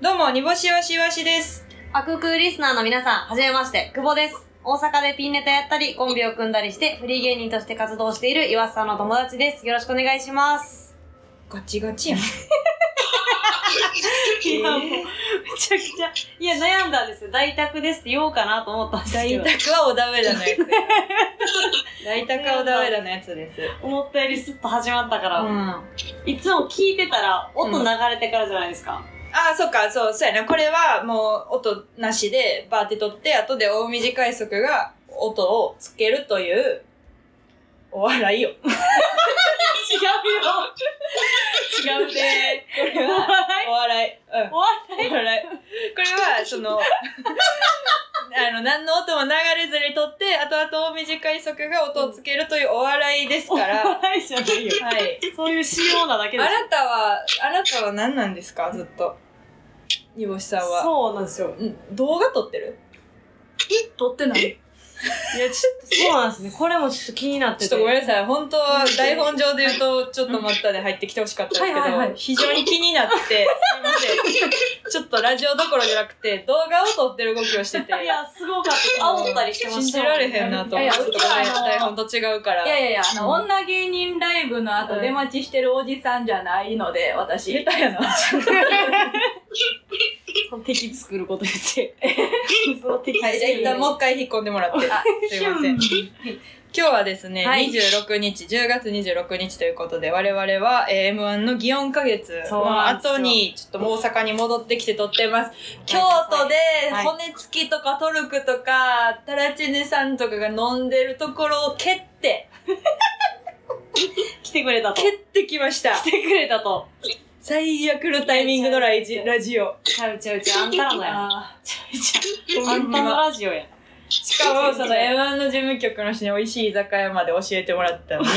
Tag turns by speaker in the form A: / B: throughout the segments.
A: どうも、煮干しわしわしです。
B: アククリスナーの皆さん、はじめまして、久保です。大阪でピンネタやったり、コンビを組んだりして、フリー芸人として活動している岩瀬さんの友達です。よろしくお願いします。
A: ガチガ チやん。
B: いや、もう、めちゃくちゃ、いや、悩んだんですよ。大宅ですって言おうかなと思ったんですけ
A: 大
B: ど、
A: 宅はおだめだ のやつ。大宅はおだめだのやつです。
B: 思ったよりスッと始まったから、
A: あ
B: いつも聞いてたら、音流れてからじゃないですか。
A: あ、そっか、そう、そうやな。これはもう音なしでバーって撮って、後で大短い速が音をつけるというお笑いよ。
B: 違うよ。違うね。
A: これ
B: お
A: は
B: 笑い
A: お笑い。うん。
B: お笑
A: お笑い。これは、その、 あの、何の音も流れずにとって、後々大短い速が音をつけるというお笑いです
B: いお
A: から、 は
B: 笑いじゃないよ。
A: い。
B: そういう仕様なだ け
A: あ
B: です。
A: なたは、あなたは何なんですかずっと。煮干しさんは。
B: そうなんですよ。
A: うん動画撮ってる
B: 撮ってないいや、ちょっと、そうなんですね。これもちょっと気にな
A: ち
B: っ
A: ょ
B: て。
A: ってとごめんな
B: い。
A: さい。本当は台本上で言うと、ちょっと待ったで入ってきてほしかったんですけど、
B: はいはいはい
A: 非常に気になって、すいません。ちょっとラジオどころじゃなくて、動画を撮ってる動きをしてて。
B: いや、すごかった。煽ったりしてました。
A: 信じられへんなと思って、ちょっとごめん台本と違うから。
C: いやいやいや、あの、
A: うん
C: 女芸人ライブの後、
A: うん
C: 出待ちしてるおじさんじゃないので、私。
A: 下手やな。
B: 敵作ること言って。その敵
A: はい、じゃあ一旦もう一回引っ込んでもらって。すいません。 今日はですね、
B: はい
A: 26日、10月26日ということで、我々はえー M1 の祇園花月
B: そう
A: の
B: なんですよ
A: 後に、ちょっともう大阪に戻ってきて撮ってます。京都で
B: はい
A: 骨付きとかトルクとか、タラチネさんとかが飲んでるところを蹴って、
B: 来てくれたと。
A: 蹴
B: 来
A: ってきました。
B: てくれたと。
A: 最悪のタイミングのライジラジオ。
B: ちゃうちゃうちゃう、あんたらのや。
A: あ
B: ちゃうち
A: ー
B: ゃう。あんたのラジオや。
A: しか もその M1 の事務局の人に美味しい居酒屋まで教えてもら ったのに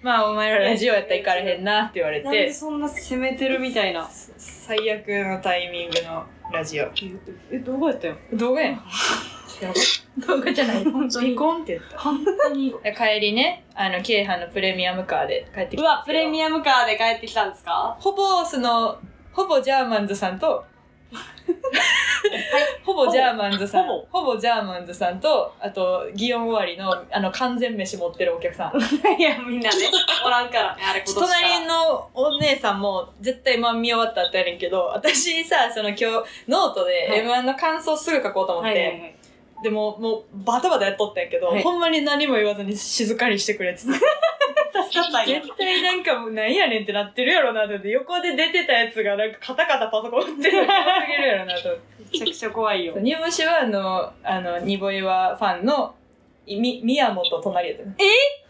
A: まあお前らラジオやったら行かれへんなって言われ
B: なんで
A: て
B: そんな攻めてるみたい な。
A: 最悪のタイミングのラジオ
B: え、どこやったよ。
A: 動画やんやば動画じゃない
C: 本当に
A: ピコンって言った
C: 本当に。
A: 帰りねあの京阪のプレミアムカーで帰ってきた
B: うわ、プレミ
A: アム
B: アムカーで帰ってきたんですか
A: ほぼそのほぼジャーマンズさんとほぼジャーマンズさん
B: ほ
A: ほぼジャーマンズさんとあと祇園終わりのあの完全飯持ってるお客さん
B: いや、みんなね、おらんからね、あれ今年から。
A: 隣のお姉さんも絶対まあ見終わった後やねんけど私さその今日ノートで
B: はい
A: m 1の感想すぐ書こうと思って、
B: はいはいはい。
A: でももうバタバタやっとったんやけど、
B: はい
A: ほんまに何も言わずに静かにしてくれって言って
B: 助かったんや。
A: 絶対なんかもうなんやねんってなってるやろなと思って横で出てたやつがなんかカタカタパソコン打っ てるのが怖すぎるやろなと思っ
B: めちゃくちゃ怖いよ
A: て。煮干しはあのあの煮ぼいはファンのみ宮本隣やったね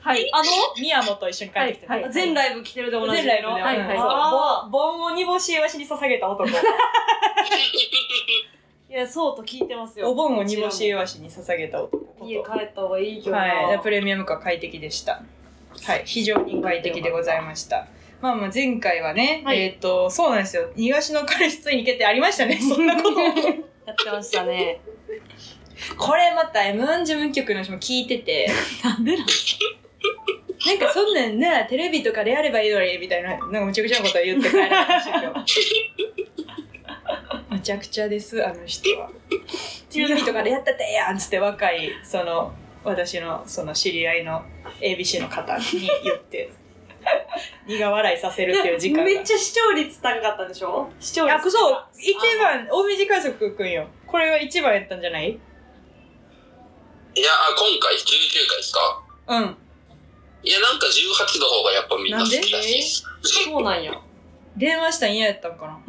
C: はい。
B: あの
A: 宮本と一緒に帰ってきてた、
C: はいはい
B: 全ライブ来てるで同じ
A: 全ライブ
B: の
A: で、
C: はいはい
A: そう盆を煮干しわしに捧げた男
B: いやそうと聞いてますよ
A: お盆を煮干しイワシに捧げた男こと
B: 家帰った方がいいけどな、
A: はい、プレミアム化快適でしたはい非常に快適でございましたまあまあ前回はね、
B: はい
A: えっ、とそうなんですよ煮干しの彼氏ついに決定ありましたねそんなこと
B: やってましたね
A: これまた m 1事務局の人も聞いてて
B: なんでなん
A: なんかそんなんなテレビとかでやればいいのにみたいななんかむちゃくちゃなこと言って帰られましたけどむちゃくちゃですあの人は TV とかでやったってええやんっつって若いその私のその知り合いの ABC の方に言って苦笑いさせるっていう時間が
B: めっちゃ視聴率高かったんでしょ視聴率
A: あそう一番大短い速くんよこれは一番やったんじゃない
D: いや、あ今回19回ですか
A: うん
D: いや、なんか18の方がやっぱみんな好きらしいです。
B: そうなんや
A: 電話したん嫌やったんかな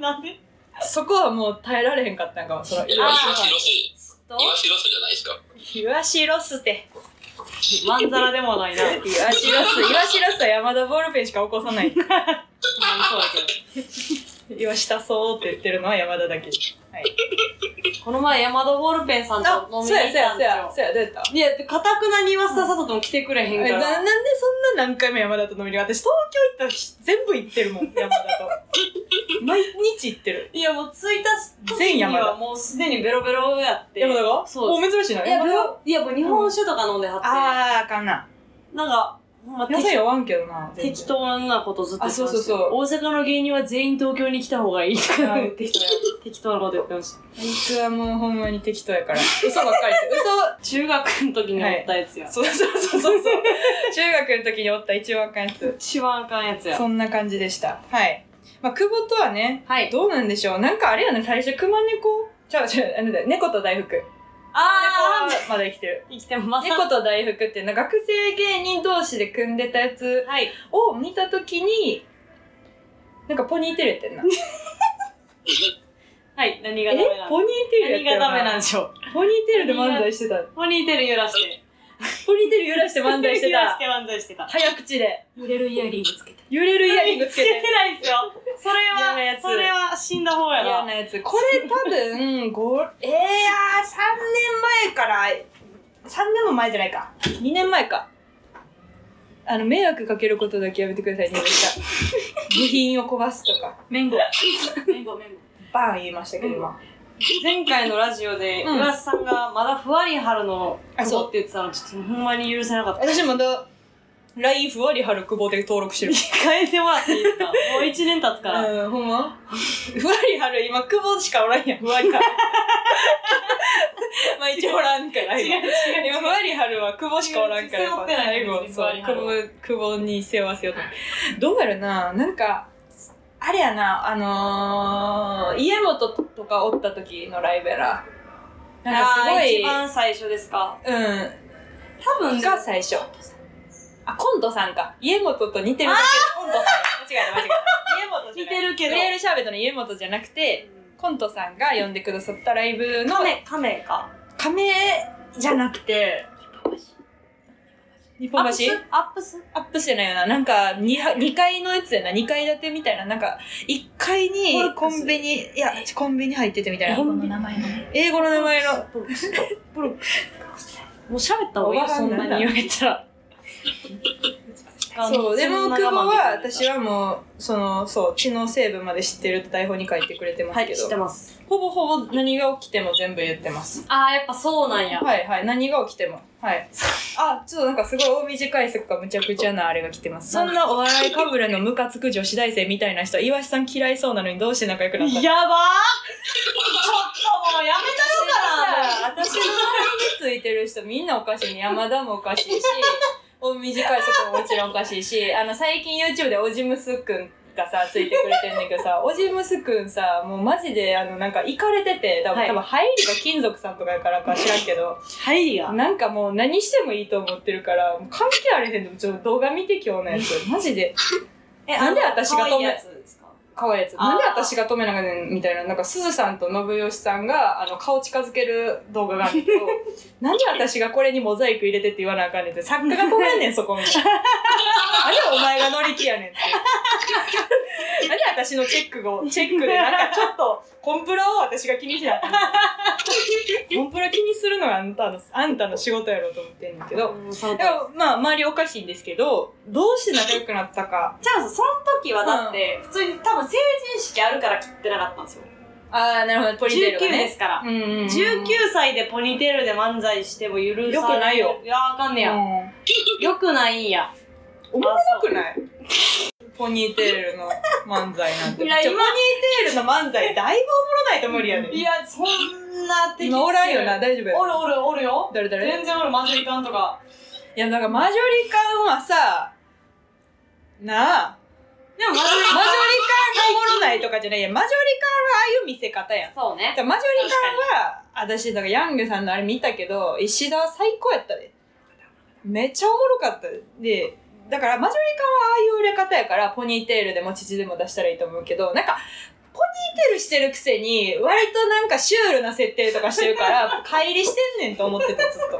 B: な んで
A: そこはもう耐えられへんかったんかも その
D: い
A: い
D: や、
B: あ
D: イ
B: ー
D: ワシロス、イ
B: と
D: ワシロスじゃないですか。
A: わしロスって
B: まんざらでもないな
A: イワシロス、イワシロスは山田ボールペンしか起こさない。
B: そうだけ
A: イワシたそうって言ってるのは山田だけ。はい。
B: どこの前山田ボールペンさん
A: あ、
B: と飲
A: そ
B: み
A: う
B: に行
A: や、
B: っ
A: そうや、
B: た
A: そ
B: ん
A: うや、そうや、
B: です
A: どうやった
B: よいやかたくなに岩佐里とも来てくれへ
A: え
B: んか
A: なな
B: ら
A: んでそんな何回も山田と飲みに私東京行ったし全部行ってる もん山田と毎日行ってる
B: いやもう着いた時
A: 全
B: に
A: 山田
B: はもうすでにベロベロやって
A: 山田が
B: そう
A: お珍しいない
B: やベ
A: 山田
B: ロいやもう日本酒とか飲んではって、
A: あーあかんな
B: なんか、まあ
A: 皆さん酔わんけどな。全然
B: 適当なことずっと言ってま
A: あそうそう
B: そう大阪の芸人は全員東京に来た方がいいとか
A: うん適当や。
B: 適当なこと言ってました
A: あいつはもうほんまに適当やから。嘘ばっかりです。嘘
B: 中学の時に思ったやつや、
A: そうそうそうそうそう。中学の時におった一番あかんやつ。
B: 一番あかんやつや
A: そんな感じでした。はい。まあ、久保とはね、
B: はい
A: どうなんでしょう。なんかあれやね、最初、熊猫ちゃうちゃう、あなんだ猫と大福。
B: あ
A: 猫はまだ生きてる。
B: ー生きてます
A: 猫と大福っていうのは学生芸人同士で組んでたやつ
B: はい
A: を見たときに、なんかポニーテールやってんな。
B: はい何が
A: え
B: ダメな
A: ポ
B: の
A: ニーテールやって
B: 何が
A: るな
B: ダメなんでしょう
A: ポニーテールで漫才してた。
B: ポニーテール揺らして
A: ポニーテール揺らして漫才してた。
B: ポニーテール揺らして漫才してた
A: 早口で。
C: 揺れるイヤリングつけて。
A: 揺れるイヤリングつけて。
B: ないですよそれ
A: 嫌なや
B: は
A: つ
B: それは死んだ方や
A: 嫌
B: な
A: なやつ。これ多分、ご、えー、やー、3年前から、3年も前じゃないか。2年前か。あの、迷惑かけることだけやめてくださいね、皆さん 部品を壊すとか、
C: メンゴ。メンゴ、メンゴ。
A: バーン言いましたけど、今。
B: 前回のラジオで
A: うん
B: 浦瀬さんがまだふわりはるの
A: あそう
B: 久保って言ってたのちょっとほんまに許せなかった
A: 私まだ、LINE ふわりはる久保で登録してる。
B: 変えてもらってい いですかもう1年経つから
A: うん、ほんまふわりはる、今、久保しかおらんやん、ふわりはる。 まあ一応おらんから、今。今、ふわりはるは久保しかおらんから、
B: 背負ってない
A: 最後、
B: 別に
A: そう、
B: ふわりは
A: 久保、久保に背負わせようと思って。どうやらな、なんか、あれやな、あのー、家元とかおった時のライブやら。なんかすご
B: あー
A: い、
B: 一番最初ですか
A: うん、
B: 多分
A: が最初。あ、コントさんか。家元と似てるだけのコントさん。間違えた、間違え た。家元じゃない
B: 似てるけ
A: グ
B: ど
A: レールシャーベットの家元じゃなくて、コントさんが呼んでくださったライブの
B: カメカメか
A: 亀じゃなくて、日本
B: アップス
A: 橋
B: アップス
A: アップしてないよな。なんか2、二階のやつやな。2階建てみたいな。なんか、1階に
B: コルクス
A: コンビニ、いや、コンビニ入っててみたい
C: 英
A: な
C: 語。の名前のね。
A: 英語の名前の。
B: ブロックスブロックスもう喋った方がいいよ
A: おばは
B: そ
A: ん
B: ん
A: なんだ
B: なに言われたら
A: そう、でも、
B: そんな
A: 久保は、
B: 我慢でき
A: 私
B: ない
A: はもう、その、そう、知能成分まで知ってるって台本に書いてくれてま
B: は
A: すけ
B: い知
A: ど、
B: ってます
A: ほぼほぼ何が起きても全部言ってます。
B: あーやっぱそうなんや
A: はいはい、何が起きても。はい。あ、ちょっとなんかすごい大短い速かむちゃくちゃなあれが来てます。そんなお笑いかぶれのムカつく女子大生みたいな人、岩井さん嫌いそうなのにどうして仲良 くなったの
B: やばーちょっともうやめたろうかな
A: 私の周りについてる人みんなおかしいね。山田もおかしいし、大短い速ももちろんおかしいし、あの最近 YouTube でおじむすくんがさ、ついてくれてんねんけど さ、おじむすくんさ、もうマジであのなんかイカれてて、多分,、
B: はい
A: 多分入りが金属さんとかやからか知らんけど、
B: はいや
A: なんかもう何してもいいと思ってるから、もう関係あれへんの。ちょっと動画見て今日のやつ。マジで。
B: え
A: なんで私が止め
B: 可愛いやつですか
A: 可愛いやつ。
B: あー
A: なんで私が止めながらねんみたいな。なんか、すずさんと信義さんが、あの、顔近づける動画があるけど、なんで私がこれにモザイク入れてって言わなあかんねんって、作家が止めんね ん、そこに。あれお前が乗り気やねんって。何私のチェックを、チェックで、なんかちょっと、コンプラを私が気にしなあかんねんコンプラ気にするのがあんたの、あんたの仕事やろうと思ってんねんけど、
B: うんそう
A: いやまあ周りおかしいんですけどどうして仲良くなったか
B: じゃあさその時はだって、普通に多分成人式あるから切ってなかったんですよ
A: ああなるほどポ
B: 19ですから、
A: うんうん、うん、
B: 19歳でポニーテールで漫才しても許される
A: よくないよ
B: いやあかんね
A: や、う
B: や、
A: ん、
B: よくないんや
A: おもろくないポニーテールの漫才なんて
B: いや
A: ちょ
B: 今
A: ポニーテールの漫才だいぶおもろないと無理やね
B: い
A: ん
B: やそんな的
A: 今おらんよな大丈夫や
B: おるおるおるよ
A: 誰誰
B: 全然おるマジリカンとか
A: いやなんかマジョリカンはさなあ
B: でもマジ
A: マジョリ
B: リ
A: カンがおもろないとかじゃないやマジョリカンはああいう見せ方やん
B: カンそうね
A: だからマジョリカンは私だからヤングさんのあれ見たけど石田は最高やったでめっちゃおもろかったででだからマジョリカンはああいう売れ方やからポニーテールでも乳でも出したらいいと思うけどなんかポニーテールしてるくせに割となんかシュールな設定とかしてるから乖離してんねんと思ってたずっと、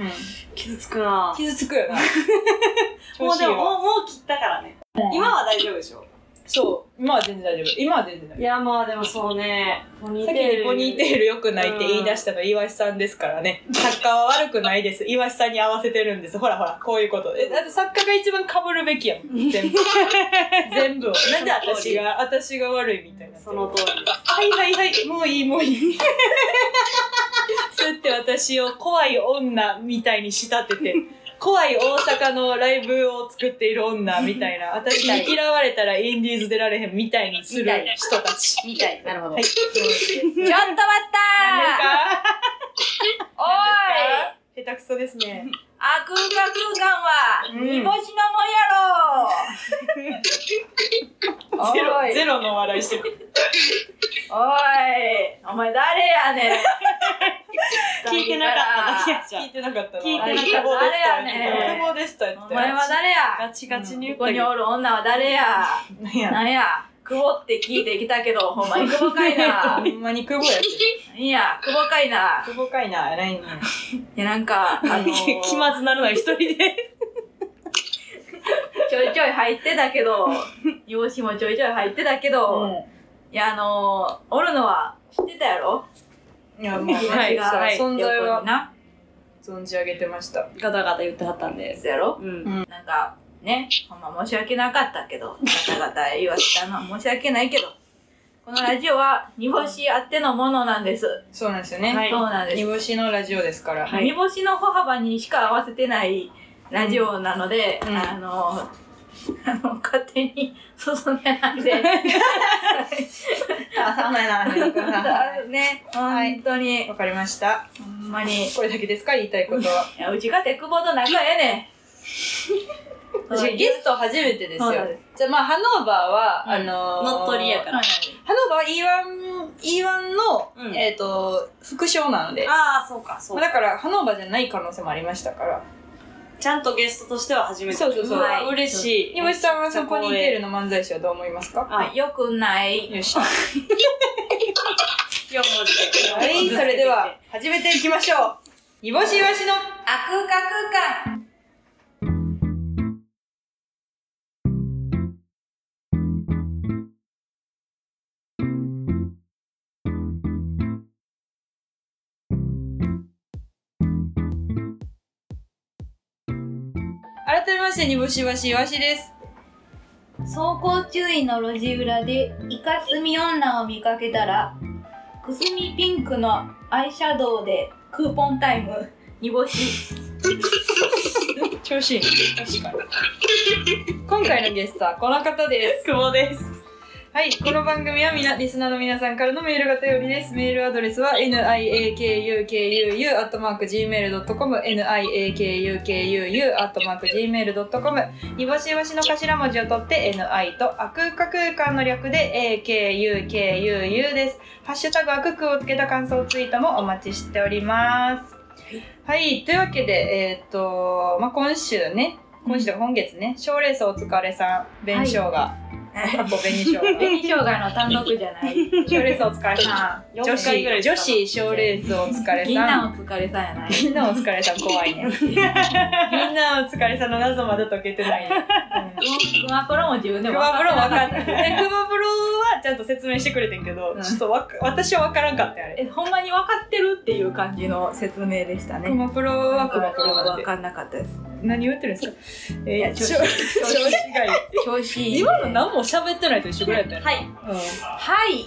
A: うん、
B: 傷つくな
A: 傷つくよな
B: も
A: 調子
B: うで
A: いい
B: も
A: わ
B: もうもう切ったからね今は大丈夫でしょ
A: そう今は全然大丈夫今は全然大
B: い
A: 丈
B: やまあでもそうねポニ
A: 夫
B: ー
A: 先
B: テール
A: にポニーテール良くないって言い出したの岩井さんですからね作家は悪くないです岩井さんに合わせてるんですほらほらこういうことえだって作家が一番かぶるべきやもん 全部全部をなんで私が私が悪いみたいな
B: その通りです
A: はいはいはい、もういいもう いい。そうやって私を怖い女みたいに仕立てて、怖い大阪のライブを作っている女みたいな、私に嫌われたらインディーズ出られへんみたいにする人たち。
B: みたい。なるほど。
A: はい。
E: ちょっと待ったー
A: 何
E: おい
A: ですか下手くそですね。
E: あ空間空間は
A: うん
E: 煮干しのもんやろ お
A: ゼロ、
E: い
A: ゼロの笑いしてる。
E: おいお前誰やねん
A: 聞いてなかったな。
B: 聞
A: 聞いてなかったな。
B: 聞いてなか
A: 久
B: った
A: 保でしたよね
E: 誰やねん
A: 久保でしたよね
E: お前は誰や
A: ガチガチに言
E: こ
A: ったけ
E: こに
A: ど。
E: おる女は誰や
A: 何や
E: なんや久保って聞いてきたけどほんまに久保かいな
A: ほんまに久保やって。
E: なんや久保かいな
A: 久保かいな、偉いね。
E: いやなんかあの
B: 気まずなるのは一人で。
E: ちょいちょい入ってたけど容姿もちょいちょい入ってたけど、いやあのー、おるのは知ってたやろ
A: いや、もう、
E: はい
A: はい
B: 存在
E: 横に
B: は
E: な
A: 存じ上げてました。
B: ガタガタ言ってはったんで。
E: そうやろ
B: うん。
E: なんかねほんま申し訳なかったけどガタガタ言わせたのは申し訳ないけどこのラジオは煮干しあってのものなんです、
A: そうなんですよね。
B: はい
E: そうなんです
A: 煮干しのラジオですから。
B: はい
E: 煮干しの歩幅にしか合わせてないラジオなので、
A: うん
E: あの あの勝手に進め ないで
A: あ、そうなんやな。
E: ね本当に、
A: わかりました。
E: ほんまにい
A: これだけですか言いたいことは。
E: やうちが手久保と仲ええね んそう
A: 私ゲスト初めてです
E: そうな
A: よ
E: んです。
A: じゃあまあ、ハノーバーは、あ
B: うん
A: のー、
B: 乗っ取りやか
A: ハ
B: ら。
A: ノーバーは E1、E1 の、
B: うん
A: えっ、と、副賞なので。
B: ああ、そうか、そ
A: ま
B: う
A: あ、
B: か。
A: だから、ハノーバーじゃない可能性もありましたから。
B: ちゃんとゲストとしては初めて。
A: そうそうそう
B: わ嬉しい。
A: 煮干しさんはそのポニーテー
B: ル。
A: ルの漫才師はどう思いますか
B: あ、
E: よくない
A: よし。 は
B: 4文字で。
A: い、それでは、始めていきましょう。煮干しイワシの
E: あ空間空間
A: 改めまして、煮干しイワシイワシです。
F: 走行注意の路地裏でイカスミ女を見かけたらくすみピンクのアイシャドウでクーポンタイム
E: 煮干 し
A: 調子いいね確かに今回のゲストはこの方です
B: 久保です。
A: はいこの番組はみなリスナーの皆さんからのメールが頼りですメールアドレスは niakukuu.gmail.com niakukuu.gmail.com 煮干しいわしの頭文字を取って ni とあくうか空間の略で akukuu ですハッシュタグあくくをつけた感想ツイートもお待ちしておりますはい、というわけで、えーっとまあ、今週ね今週というか今月ね賞レースお疲れさん弁償が、過去紅賞が
E: 紅生姜の単独じゃない
A: 賞レースお疲れさん
B: 四
A: 女
B: 回ぐら
A: 子
B: いした
A: 女子
B: の
A: 賞レースお疲れ
E: みんな
A: さん
E: お疲れさんやない
A: みんなお疲れさん怖いねみんなお疲れさんの謎まだ解けてないね、
E: クマプロも自分
A: う
E: で
A: ん、
E: も
A: クマブロ分かん
E: っ
A: ないえクマブロはちゃんと説明してくれてんけど、
E: うん
A: ちょっとわか私は分からんかったよあれ
E: えほんまに分かってるっていう感じの説明でした
A: ク
E: ね
A: マブロはクマブロなん
E: 分
A: で
E: かんなかったです
A: 何言ってるんですかえー、い
E: や
A: 調
E: 調
A: 子
E: 子
A: 調子がいい
E: 調子いいね
A: 今の何も喋ってないと一緒ぐらいだったよ、
B: はい。
A: うん、
E: はい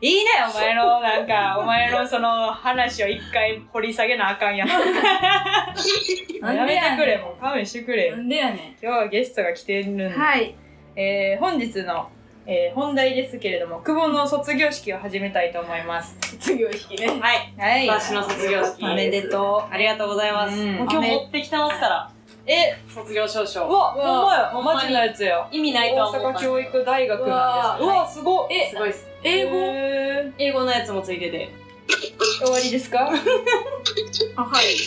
A: いいねお前のなんかお前のその話を一回掘り下げなあかんやつやめてくれもう勘弁してくれ
E: な
A: 今
E: んでやね
A: 日はゲストが来てるんで、
E: んはい
A: えー本日の、えー本題ですけれども久保の卒業式を始めたいと思います
E: 卒業式ね
B: はい。
A: はい
B: 私の卒業式
A: お。めでと
B: ありがとうございます。
A: うん
B: もう今日持ってきてますから。
A: うえ
B: 卒業証
A: う
B: 書。
A: わ
E: うわ
A: ほんまやマジのやつや
B: 意味ないとは
A: 大
B: 思う。
A: 阪教育大学なんですうわ
E: う
A: すごい
E: え
B: すごいです。
E: 英語
A: え
B: 英語のやつもついてて。
A: ー終わりです か
E: あはい
A: い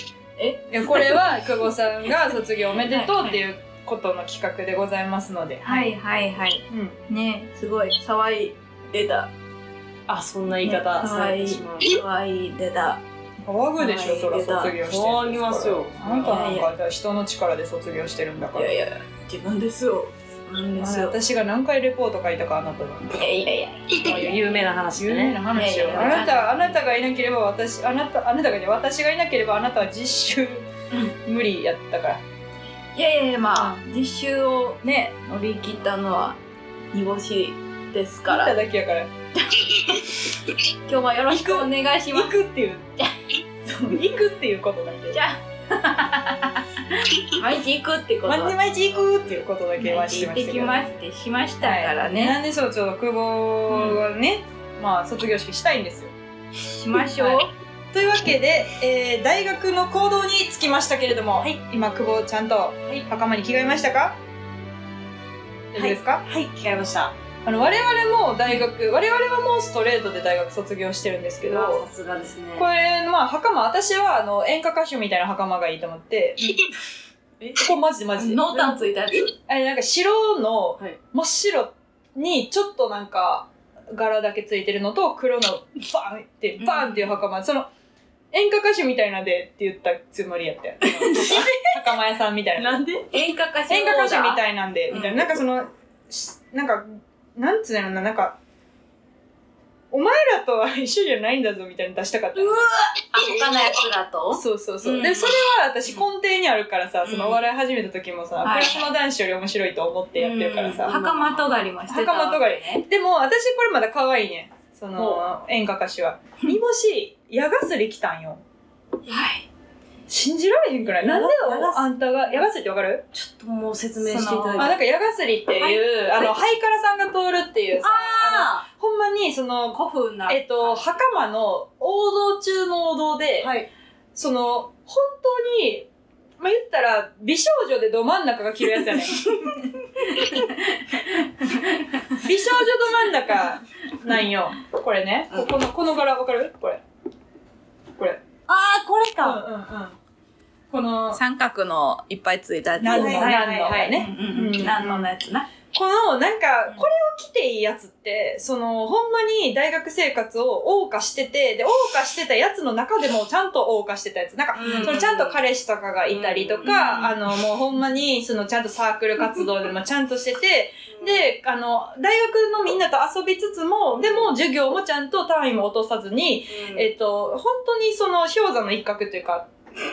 A: やこれは久保さんが卒業おめでとうっていうことの企画でございますので、
E: はいはいはい
A: うん、
E: ねすごい騒いでた
B: あ、そんな言い方
E: ね
B: されてしまう。
E: 騒いでた
A: 騒ぐでしょそら卒業して
B: 騒
A: ん
B: ぎ
A: です
B: ますよ。
A: あんたなんかじゃあ人の力で卒業してるんだか
E: い
A: ら
E: やいや自分ですよ自分ですよ
A: 私が何回レポート書いたかあなたが
E: いやいやいや
B: こういう有名な話で
A: 有名
B: ね。
A: な話を
E: いやい
A: あ
E: や
A: なたあなたがいなければ私あなたあなたがね私がいなければあなたは実習無理やったから
E: いやいやまあ実習をね乗り切ったのは煮干しですか
A: あなた
E: ら
A: だけやから
E: 今日はよろしくお願いしま
A: 行くっていう行くっていうことだけ
G: じゃ毎日行くってこと
A: 毎日
G: は
A: 毎日行くっていうことだけはして
G: 行
A: ま
G: っ
A: して
G: き
A: たけど
G: ましてしましたからね、
A: なんでそうちょっと久保はね、まあ卒業式したいんですよ
G: しましょう、
A: はいというわけで、えー大学の行動につきましたけれども、今久保ちゃんと、袴に着替えましたか大丈夫ですか、
B: はい、着替えました。
A: あの我々も大学我々はもうストレートで大学卒業してるんですけど
B: さすがですね
A: これまあ袴私はあの演歌歌手みたいな袴がいいと思ってえこれマジでマジで
G: 濃淡ついたやつ
A: あれなんか白の
B: はい
A: 真っ白にちょっとなんか柄だけついてるのと黒のバンってバンっていう袴、その演歌歌手みたいなんでって言ったつもりやったよ袴屋さんみたいな
G: なんで演歌歌手
A: 演歌歌手み
G: い
A: たいなんで
G: うん
A: みたいな、なんかそのしなんかなんつうのやろななんかお前らとは一緒じゃないんだぞみたいなの出したかった
G: あ他のやつらと
A: そうそうそう、
G: うん
A: でそれは私根底にあるからさそのお笑い始めた時もさ、
G: うん
A: クラスの男子より面白いと思ってやってるからさ、
G: うん袴とがりもしてた
A: 袴とがりでも私これまだ可愛いねんその演歌歌手は煮干し矢がすり来たんよ
G: はい
A: 信じられへんくらいなんで
B: 矢がす
A: あんたが矢がすりってわかる
B: ちょっともう説明していた
A: あ
B: だいて。
A: なんか矢がすりっていう、あのハイカラさんが通るっていうさあのほんまにその
G: 古風な
A: えっと袴の王道中の王道で、
B: はい。
A: その本当にまあ言ったら美少女でど真ん中が着るやつや ねん美少女ど真ん中なんよこれねここのこの柄わかるこれこれ
B: あー、これ
A: うん
B: か。
A: うんうんこの
G: 三角のいっぱいついたやつ
A: 何の
B: はいはいはい
A: 何の
B: はい
A: ね
G: うんうん
A: うん
G: 何ののやつな
A: このなん
G: う
A: か
G: ん
A: これを着ていいやつってそのほんまに大学生活を謳歌しててで謳歌してたやつの中でもちゃんと謳歌してたやつなんか
G: うん
A: そのちゃんと彼氏とかがいたりとか、
G: うん
A: あのもうほんまにそのちゃんとサークル活動でもちゃんとしててであの大学のみんなと遊びつつもでも授業もちゃんと単位も落とさずに、えっと本当にその氷山の一角というか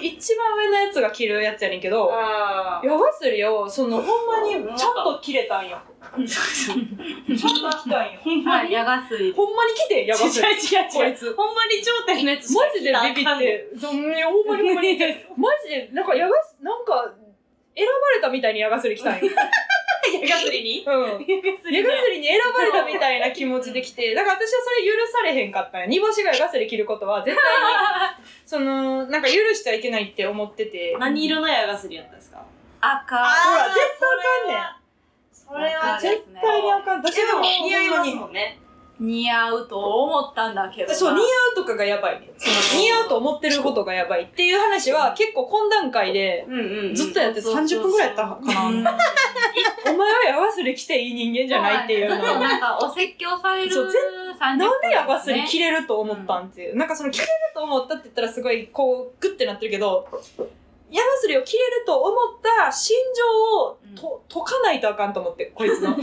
A: 一番上のやつが着るやつやねんけど。
B: あ
A: やばすりよ、そのほんまにちゃんと切れたんよ。ちゃんと来たんよ。
G: はい矢がすり
A: ほんまに来て、やば すり。こいつ。
B: ほんまに頂点のやつ
A: マジでビビって、そんいやほんまにほんまに。マジで、なんかやがす、なんか、選ばれたみたいにやがすり来たん よ。
B: ヤガスリに
A: うん。やがすりに選ばれたみたいな気持ちで来 て、だから私はそれ許されへんかったんや。煮干しがやがすり着ることは絶対に、その、なんか許しちゃいけないって思って て。
B: 何色のヤガスリやったんですか
G: 赤
A: ほら、絶対あ
B: それは
G: 赤
B: 絶
G: で
B: 対。
G: すね
A: かんねん。絶対にあかん。私
B: で
A: は
B: も
A: もう
B: 似合いますもんね。
G: 似合うと思ったんだけどな
A: そう、似合うとかがやばいね。その似合うと思ってることがやばいっていう話は結構懇談会で
B: うんうん
A: ずっとやって30分ぐらいやったかな。お前は矢忘れ着ていい人間じゃないっていうの
G: そう
A: は。
G: なんかお説教される
A: そうぜ
G: 30分
A: なんで矢忘れ着れると思ったんっていう。なんかその着れると思ったって言ったらすごいこうグッてなってるけど、矢忘れを着れると思った心情をと解かないとあかんと思って、こいつ の。
G: な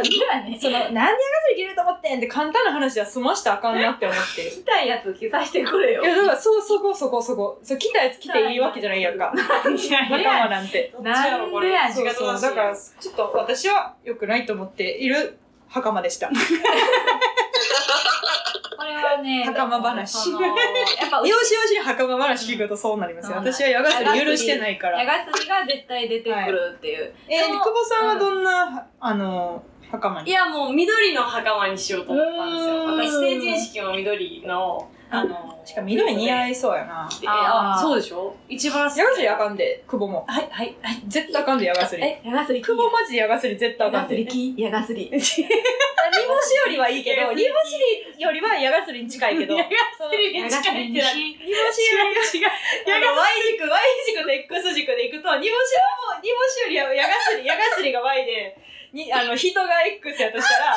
G: んでやねん
A: その、なんで矢忘れ着れると思ってんって簡単な話は済ましたらあかんなって思ってる。
G: 着たいやつ着させてくれよ
A: いやだからそうそこそこそこそう来たやつ来ていいわけじゃないやんか仲間なんて
G: なんでやねん
A: そうそうだからちょっと私は良くないと思っている袴でした
G: これはね
A: 袴話
G: そのやっぱう
A: よしよし袴話聞くとそうなりますよ
G: うんそうなん
A: 私は矢がす
G: 矢
A: り
G: 頭
A: 許してないか
G: 矢
A: らえ
G: がすりが絶対出てくるっていう、
A: ー久保さんはどんなあの袴
B: い
A: に
B: やもう緑の袴にしようと思ったんですよ。私成人式も緑の、あの、
A: しかも緑似合いそうやな
B: あ
G: あー
B: そうでしょ一番好き。
A: 矢がすりあかんで久保も
B: はいはいはい。
A: 絶対あかんで矢がすり
G: え矢がすり
A: 久保マジで矢がすり絶
G: 矢
A: 対あかん
G: がす
A: で
G: り着矢がすり
A: 煮干しよりはいいけど煮干しよりは矢がすりに近いけど矢がすり
G: 矢がすりに
A: 煮干しが違う違う Y 軸 Y 軸と X 軸でいくと煮干しはもう煮干しよりは矢がすり矢がすりが Y でにあの人が X やとしたら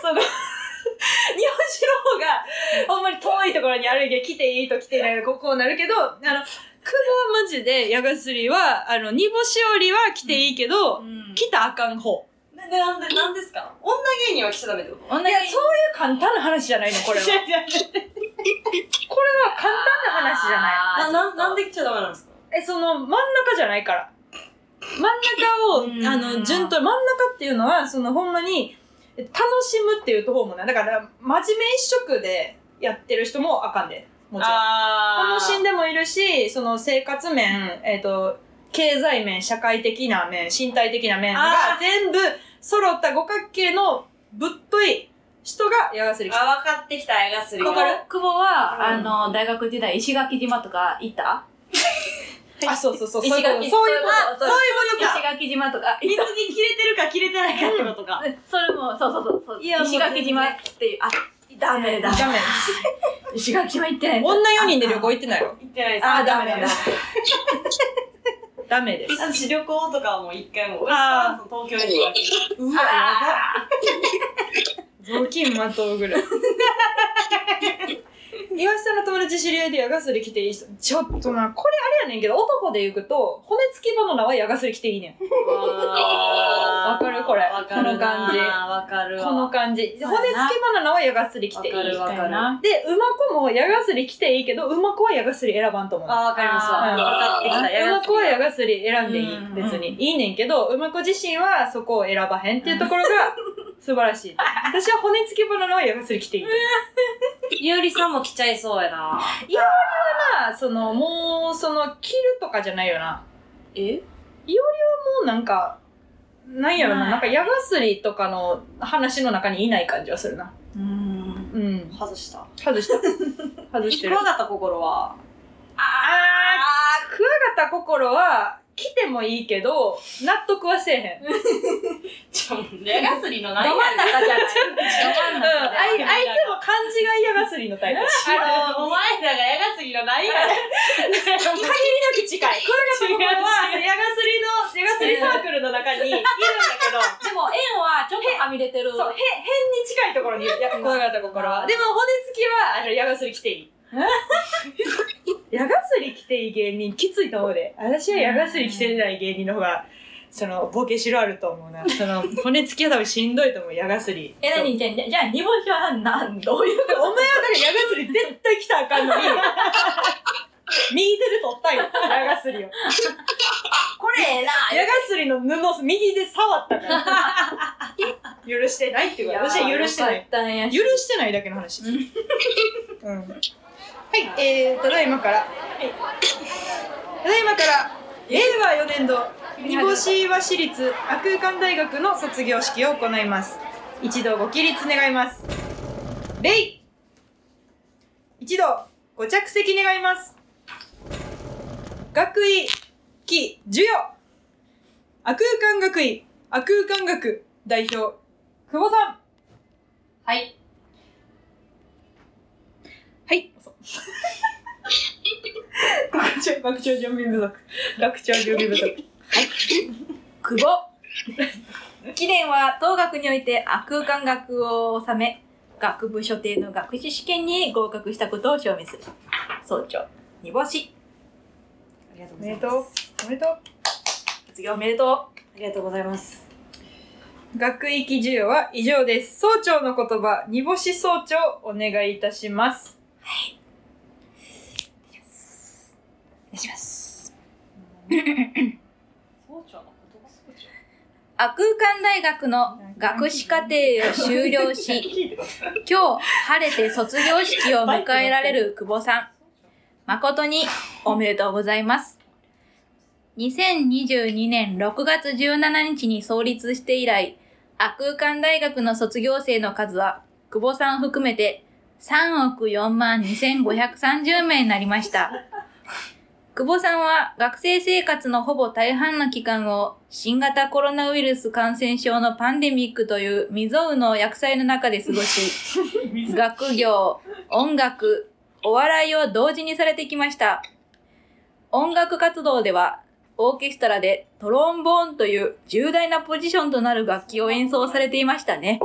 A: その煮干しの方がほんまに遠いところにあるけど来ていいと来ていないとこうなるけどあの久保はマジで矢がすりはあの煮干しよりは来ていいけど、
G: うん
A: 来たらあかん方
B: ななんで、なんですか女芸人は着ちゃダメってこと
G: 女
A: いや
G: 芸人
A: そういう簡単な話じゃないのこれはこれは簡単な話じゃない
G: あー
B: な、な、なんで着ちゃダメなんですか
A: えその真ん中じゃないから真ん中をあ
G: う
A: の
G: ん
A: 順当真ん中っていうのはそのほんまにえ楽しむっていうところもないだから真面目一色でやってる人もあかんでもちろん。
B: あ
A: 本心でもいるしその生活面、えー、と経済面社会的な面身体的な面
B: あ
A: が
B: ー
A: 全部揃った五角形のぶっとい人が矢がすりきた
B: あ、分かってきた、あやがすり。
G: 久保久保は、
A: うん
G: あの大学時代石垣島とか行った
A: あそうそうそう
G: 石
A: そういうことそういう
G: 垣
A: ことそういうことか
G: 石垣島とか
B: 水に切れてるか切れてないかってことか。
G: それもそうそうそうそう
A: いやもう
G: 石垣島っていうあダメ だ
A: ダメ
G: 石垣島行ってない
A: 女4人で旅行行ってないよ
B: 言ってないです。
G: あダメだ
A: ダメです
B: 私旅行とかはもう一回も、オイスターズの東京に行ったけど
A: うわやば雑巾まとうぐらい 岩井さんの友達知り合いで矢がすり着ていい人ちょっとなこれあれやねんけど男で言うと骨付きバナナは矢がすり着ていいねん
B: わ
A: わかるこれ
B: わか
A: この
B: るな
A: 感じ
B: わかるわ。
A: この感じ
G: そう
A: 骨
G: や
A: 付き
G: な
A: バナナは矢がすり着ていい
B: わかるわ
G: みたいな
A: で馬子も矢がすり着ていいけど馬子は矢がすり選ばんと思う
B: あ、わかりますわ。
A: うん
B: わかってきた。や
A: 馬
B: がす
A: 子
B: り
A: は矢がすり選んでいい
G: うん
A: 別にいいねんけど馬子自身はそこを選ばへんっていうところが素晴らしい私は骨付きバナナは矢がすり着ていい
B: ゆうりさんも来ちゃいそうやな。
A: まあそのもうその切るとかじゃないよな
B: え
A: もうなんかなんやろななんか矢がすりとかの話の中にいない感じはするな
B: うん。
A: うん
B: 外した。
A: 外した外してる
B: 怖かった心は。
A: あークワガタ心は来てもいいけど納得はせえへん、うん、
B: ちょ、レガスリの
G: ど真ん中じゃない
A: あい相手も漢字が嫌がすりのタイプ
B: あの、お前らが矢がすぎのないや
A: 限りなく近いクワガタ心は
B: 違う違う
A: 矢がすりの矢がすりサークルの中にいるんだけど
G: でも円はちょっとはみ出てる
A: そう、へ、辺に近いところ に、や、怖かった心は。でも、骨付きは、あの、矢がすり着ていい。矢がすり着ていい芸人、きついと思うで。私は矢がすり着てない芸人の方が、その、ボケしろあると思うな。その、骨付きは多分しんどいと思う、矢がすり。
G: え何じゃあじゃあ煮干しは何どういう
A: お前はだから矢がすり絶対来たらあかんのに、右手で取ったんよ、矢がすりを。
G: これええな
A: 矢がすりの布、右で触った から。許してないって言われ私は許してない。
G: い
A: 許してないだけの話。うん。はい、えー、ただいまから。ただいまから、令和4年度、煮干し岩市立亜空間大学の卒業式を行います。一同ご起立願います。礼一同ご着席願います。学位期授与亜空間学位亜空間学代表久保さん
E: はい。
A: はい。 学長、学長準備不足。学長準備不足。
G: 久保記念は当学において悪空間学を収め学部所定の学士試験に合格したことを証明する総長煮干し
B: ありがとう
A: お
B: ご
A: めでとう。おめ
B: ざいます。
A: でとう。
G: 卒業おめでと
B: ありがとうございます。
A: 学域授与は以上です。総長の言葉、煮干し総長、お願いいたします。
G: うお願いします
B: 総長の言葉すごいじ
E: 悪空間大学の学士課程を修了し、今日晴れて卒業式を迎えられる久保さん、誠におめでとうございます。2022年6月17日に創立して以来、悪空間大学の卒業生の数は、久保さん含めて3億4万2530名になりました。久保さんは学生生活のほぼ大半の期間を新型コロナウイルス感染症のパンデミックという未曾有の厄災の中で過ごし、学業、音楽、お笑いを同時にされてきました。音楽活動では、オーケストラでトロンボーンという重大なポジションとなる楽器を演奏されていましたね。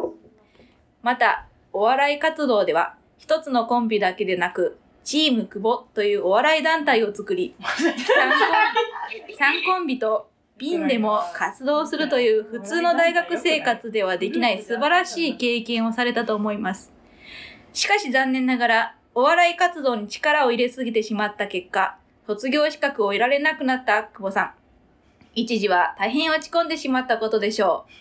E: また、お笑い活動では、一つのコンビだけでなく、チーム久保というお笑い団体を作り、3コンビと瓶でも活動するという普通の大学生活ではできない素晴らしい経験をされたと思います。しかし残念ながら、お笑い活動に力を入れすぎてしまった結果、卒業資格を得られなくなった久保さん。一時は大変落ち込んでしまったことでしょう。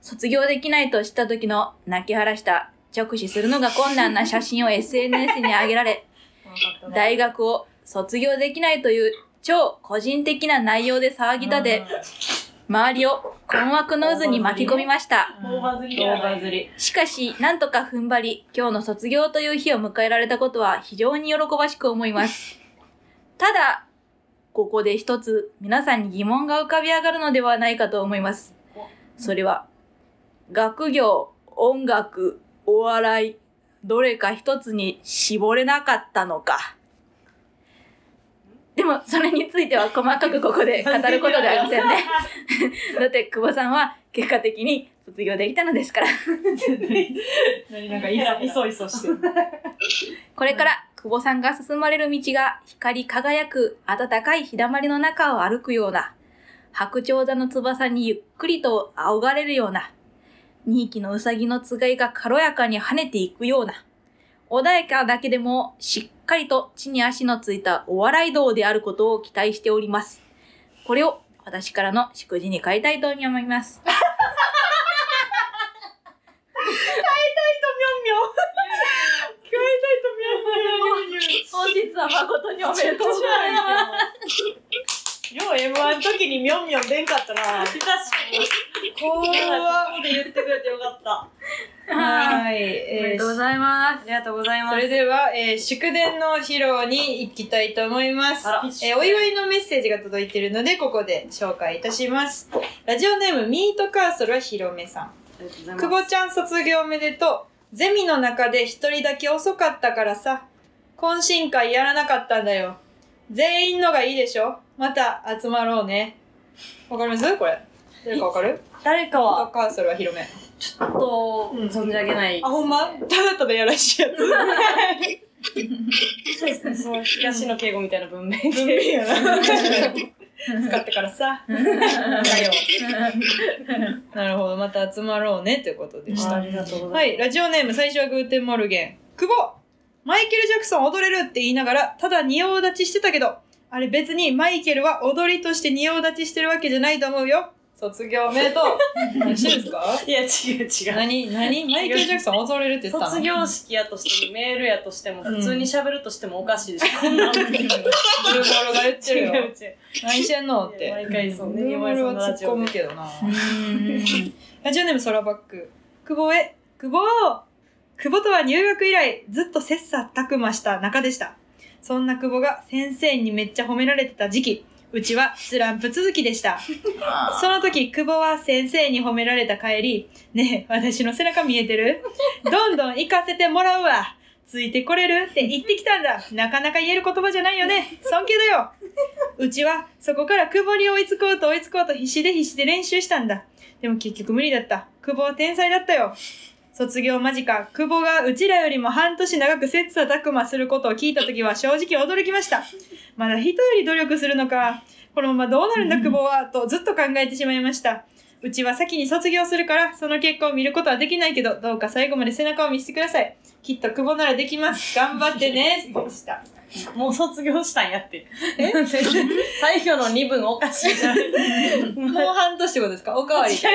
E: 卒業できないと知った時の泣き晴らした、直視するのが困難な写真を SNS に上げられ、
B: かった
E: 大学を卒業できないという超個人的な内容で騒ぎ立て、周りを困惑の渦に巻き込みました。
A: 大バズり
B: 大バズり。
E: しかし、なんとか踏ん張り、今日の卒業という日を迎えられたことは非常に喜ばしく思います。ただ、ここで一つ皆さんに疑問が浮かび上がるのではないかと思います。それは、学業、音楽、お笑い、どれか一つに絞れなかったのか。でも、それについては細かくここで語ることではありませんね。 だって、久保さんは結果的に卒業できたのですから。
A: 何なんかいそいそいそ してる。
E: これから久保さんが進まれる道が光り輝く暖かい日だまりの中を歩くような、白鳥座の翼にゆっくりと仰がれるような、2匹のうさぎのつがいが軽やかに跳ねていくような、穏やかだけでもしっかりと地に足のついたお笑い道であることを期待しております。これを私からの祝辞に変えたいと思います。本日は誠におめでとうございます。
A: よう M1 の時にみょんみょん出んかったな。確かに。こうで言ってくれてよかった。はい。えー
E: おめでとうございま
B: あ
E: す。
B: りがとうございます。
A: それでは、えー祝電の披露に行きたいと思います
B: あら。
A: えーお祝いのメッセージが届いているので、ここで紹介いたします。ラジオネーム、ミートカーソルはひろめさん。
B: ありがとうございます
A: 久保ちゃん卒業おめでとう。ゼミの中で一人だけ遅かったからさ。懇親会やらなかったんだよ。全員のがいいでしょまた集まろうね。わかりますこれ。誰かわかる
B: 誰か
A: ミー
B: は
A: ト、カーソルは広め。
B: ちょっと、
A: うん
B: 存じ上げない。
A: あ、ほんまただただやらしいやつ。
B: そうですね。その東野敬吾みたいな文明
A: 文明や な。使ってからさ。 なるほど、また集まろうねということでした。
B: りがとうご
A: はい、ラジオネーム最初はグーテンモルゲン。久保マイケル・ジャクソン踊れるって言いながら、ただ仁王立ちしてたけど、あれ別にマイケルは踊りとして仁王立ちしてるわけじゃないと思うよ。卒業おめでとう。 何してるんですか
B: いや、違う違う。
A: 何何マイケル・ジャクソン踊れるって言ってたの
B: 卒業式やとしてもメールやとしても普通に喋るとしてもおかしいでしょ、こんなん違う違
A: ブル
B: う
A: ボロが言ってるよ。何してんのっ
B: いや
A: て。
B: 毎回そうね
A: ブルボロは突っ込むけどな。 ラジオネーム空バック。久保へ。久保久保とは入学以来ずっと切磋琢磨した仲でした。そんな久保が先生にめっちゃ褒められてた時期、うちはスランプ続きでした。その時、久保は先生に褒められた帰り、ねえ、私の背中見えてるどんどん行かせてもらうわ。ついてこれるって言ってきたんだ。なかなか言える言葉じゃないよね。尊敬だよ。うちはそこから久保に追いつこうと追いつこうと必死で必死で練習したんだ。でも結局無理だった。久保は天才だったよ。卒業間近、久保がうちらよりも半年長く切磋琢磨することを聞いた時は正直驚きました。まだ人より努力するのか。このままどうなるんだ久保は、とずっと考えてしまいました。うちは先に卒業するから、その結果を見ることはできないけど、どうか最後まで背中を見せてください。きっと久保ならできます。頑張って ね。でした。
B: もう卒業したんやって最後の二文おかしいじゃん違う
A: もう半年ってことですかおか わり。
B: 違うおか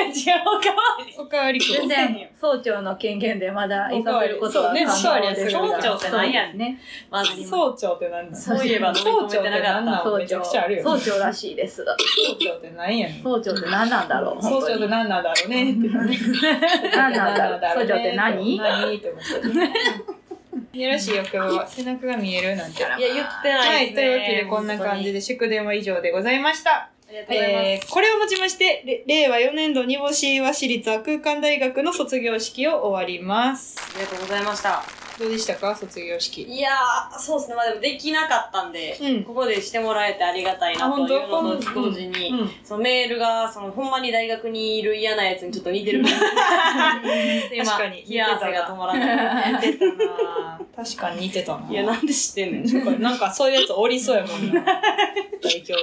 B: わり
A: おかわり久保
E: 全然総長の権限でまだいさせることは
A: そうねおかわりはする
B: 総長ってなんやね
E: んね。
B: まあ
A: 総長って何だ
B: そういえば飲み
A: 総
B: 込
A: 長っ
B: め
A: て
B: てなか
A: 何
B: っ
A: なの
B: た
E: 総
A: めちゃ
E: 長
A: くちゃあるよ。
E: 総長らしいです。
A: 総長って何やねん。
E: 総長って何なんだ ろう。
A: 総長って何なんだろうねって何
E: 何なんだろう。総長って 何？
A: 何って思って。よろしいよ今日は背中が見えるなんて。
B: いや言って
A: は
B: ない
A: い、というわけでこんな感じ
B: で
A: で祝電は以上でございました。
B: ありがとうございます、
A: えー、これをもちまして、れ令和4年度煮干し和市立亜空間大学の卒業式を終わります。
B: ありがとうございました
A: どうでしたか卒業式。
B: いやーそうですねまあでもできなかったんで、
A: うん
B: ここでしてもらえてありがたいな
A: あ
B: とい
A: 本当
B: うのと
A: こん
B: 同時に、
A: うん
B: そのメールがそのほんまに大学にいる嫌なやつにちょっと似てるみたいな で今
A: 確かに
B: 冷や汗が止まら ない
A: 似てたなぁ確かに似てたない
B: やなんで知ってんねん
A: なんかそういうやつおりそうやもんな大兄弟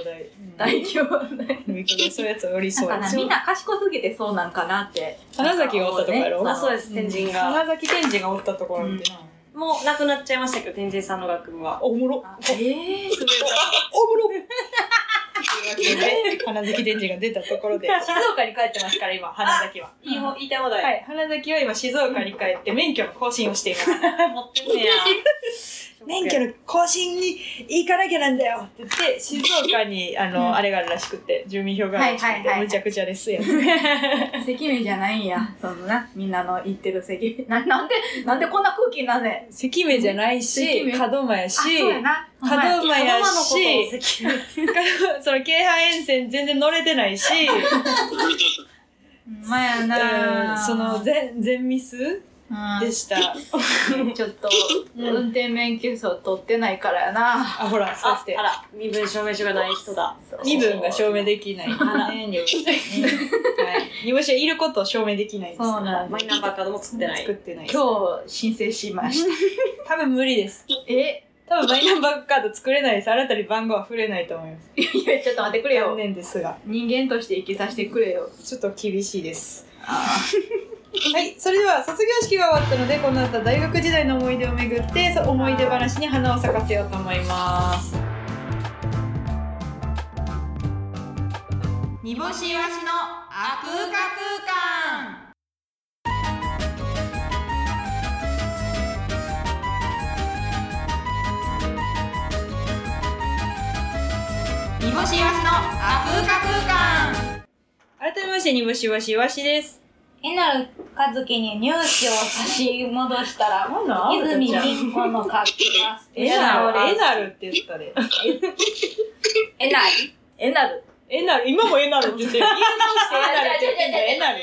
E: 大表。
A: 大兄弟そういうやつおりそうや
E: みんな賢すぎてそうなんかなって。
A: 花崎がおったとこやろ
B: あそうです天神が、
A: 花崎天神がおったところってな、
B: もうなくな っちゃいましたけど天神さんの学部は
A: おもろ
E: ええ。
A: おもろというわけで、花咲電池が出たところで、静岡に帰ってますから、今、花咲は。
B: 言いも言いたい放題。
A: はい、花咲は今、静岡に帰って免許の更新をしています。
B: 持ってんねや。
A: 免許の更新に行かなきゃなんだよって言って静岡にあの、
E: うん
A: あれがあるらしくて住民票があるらし
E: は
A: く
E: いはいはい
A: て
E: はい
A: むちゃくちゃですよ
G: 関名じゃないんや。そのな、みんなの言ってる 関な、なんで、なんでこんな空気になんねん。
A: 関目じゃないし
E: 関
A: 門真やし
G: な。
A: 門真やし
B: 子供のことを責任
A: その京阪沿線全然乗れてないし
E: ほんまや
A: うん
E: な
A: その全全ミス
E: うん
A: でした
G: ちょっと、
A: うん
G: 運転免許証取ってないからやな。
A: あほらそうや
B: あ
A: って
B: あら、身分証明書がない人だ。
A: 身分が証明できないね入部者はい入部者いることを証明できないです
G: そうなんだ
B: マイナンバーカードも作ってない。
A: 作ってないです
G: 今日申請しまし
A: 多分無理です
G: た。え
A: 多分マイナンバーカード作れないです。あなたに番号は触れないと思います。
G: いや、ちょっと待ってくれ
A: 残
G: よ。
A: 念ですが、
G: 人間として生きさせてくれよ。
A: ちょっと厳しいです。はい、それでは卒業式が終わったので、この後大学時代の思い出をめぐって、そ思い出話に花を咲かせようと思います。
E: 煮干しわしのあくうか空間煮干しわしのあくうか空間
A: 改めまして、にぶしわしわしです。
H: えなるかずきに乳歯を差し戻したら、
A: なんなん
H: 泉銀子の活気が
A: えなる、えなるって言ったで。
H: えなる。
G: えなる。
A: えなる、今 もえなるって言ってる。言い直してえなるって言ってんだよえなる。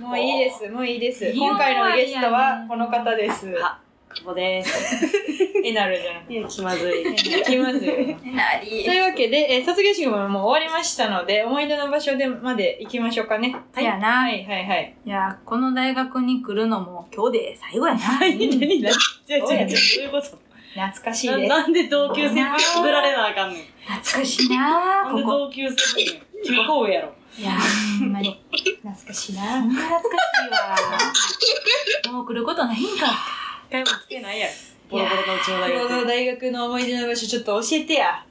A: もういいです、もういいです。今回のゲストはこの方です。
B: あ、久保です。
A: えなるじゃなくて。
B: いや気まずい。
A: きますよ。というわけで、えー卒業式ももう終わりましたので、思い出の場所でまで行きましょうかね。
E: いやな、、
A: はいいはいはい。
E: やこの大学に来るのも今日で最後やな
A: 何 何何
B: どういうこと
A: 懐かしい
B: な
A: です。
B: なんで同級生ぶつぶられなあかんねん。
E: 懐かしいな
B: なん
E: こ
B: で
E: こ
B: 同級生ぶんねん。君こうやろ。
E: いやほんまに
A: 懐かしい
E: ほ
A: な。
E: んま懐かしいわもう来ることないんか
B: 一回も来てないやろ。ボロボロのうちの大
A: この
B: 学。
A: 大学の思い出の場所ちょっと教えてや。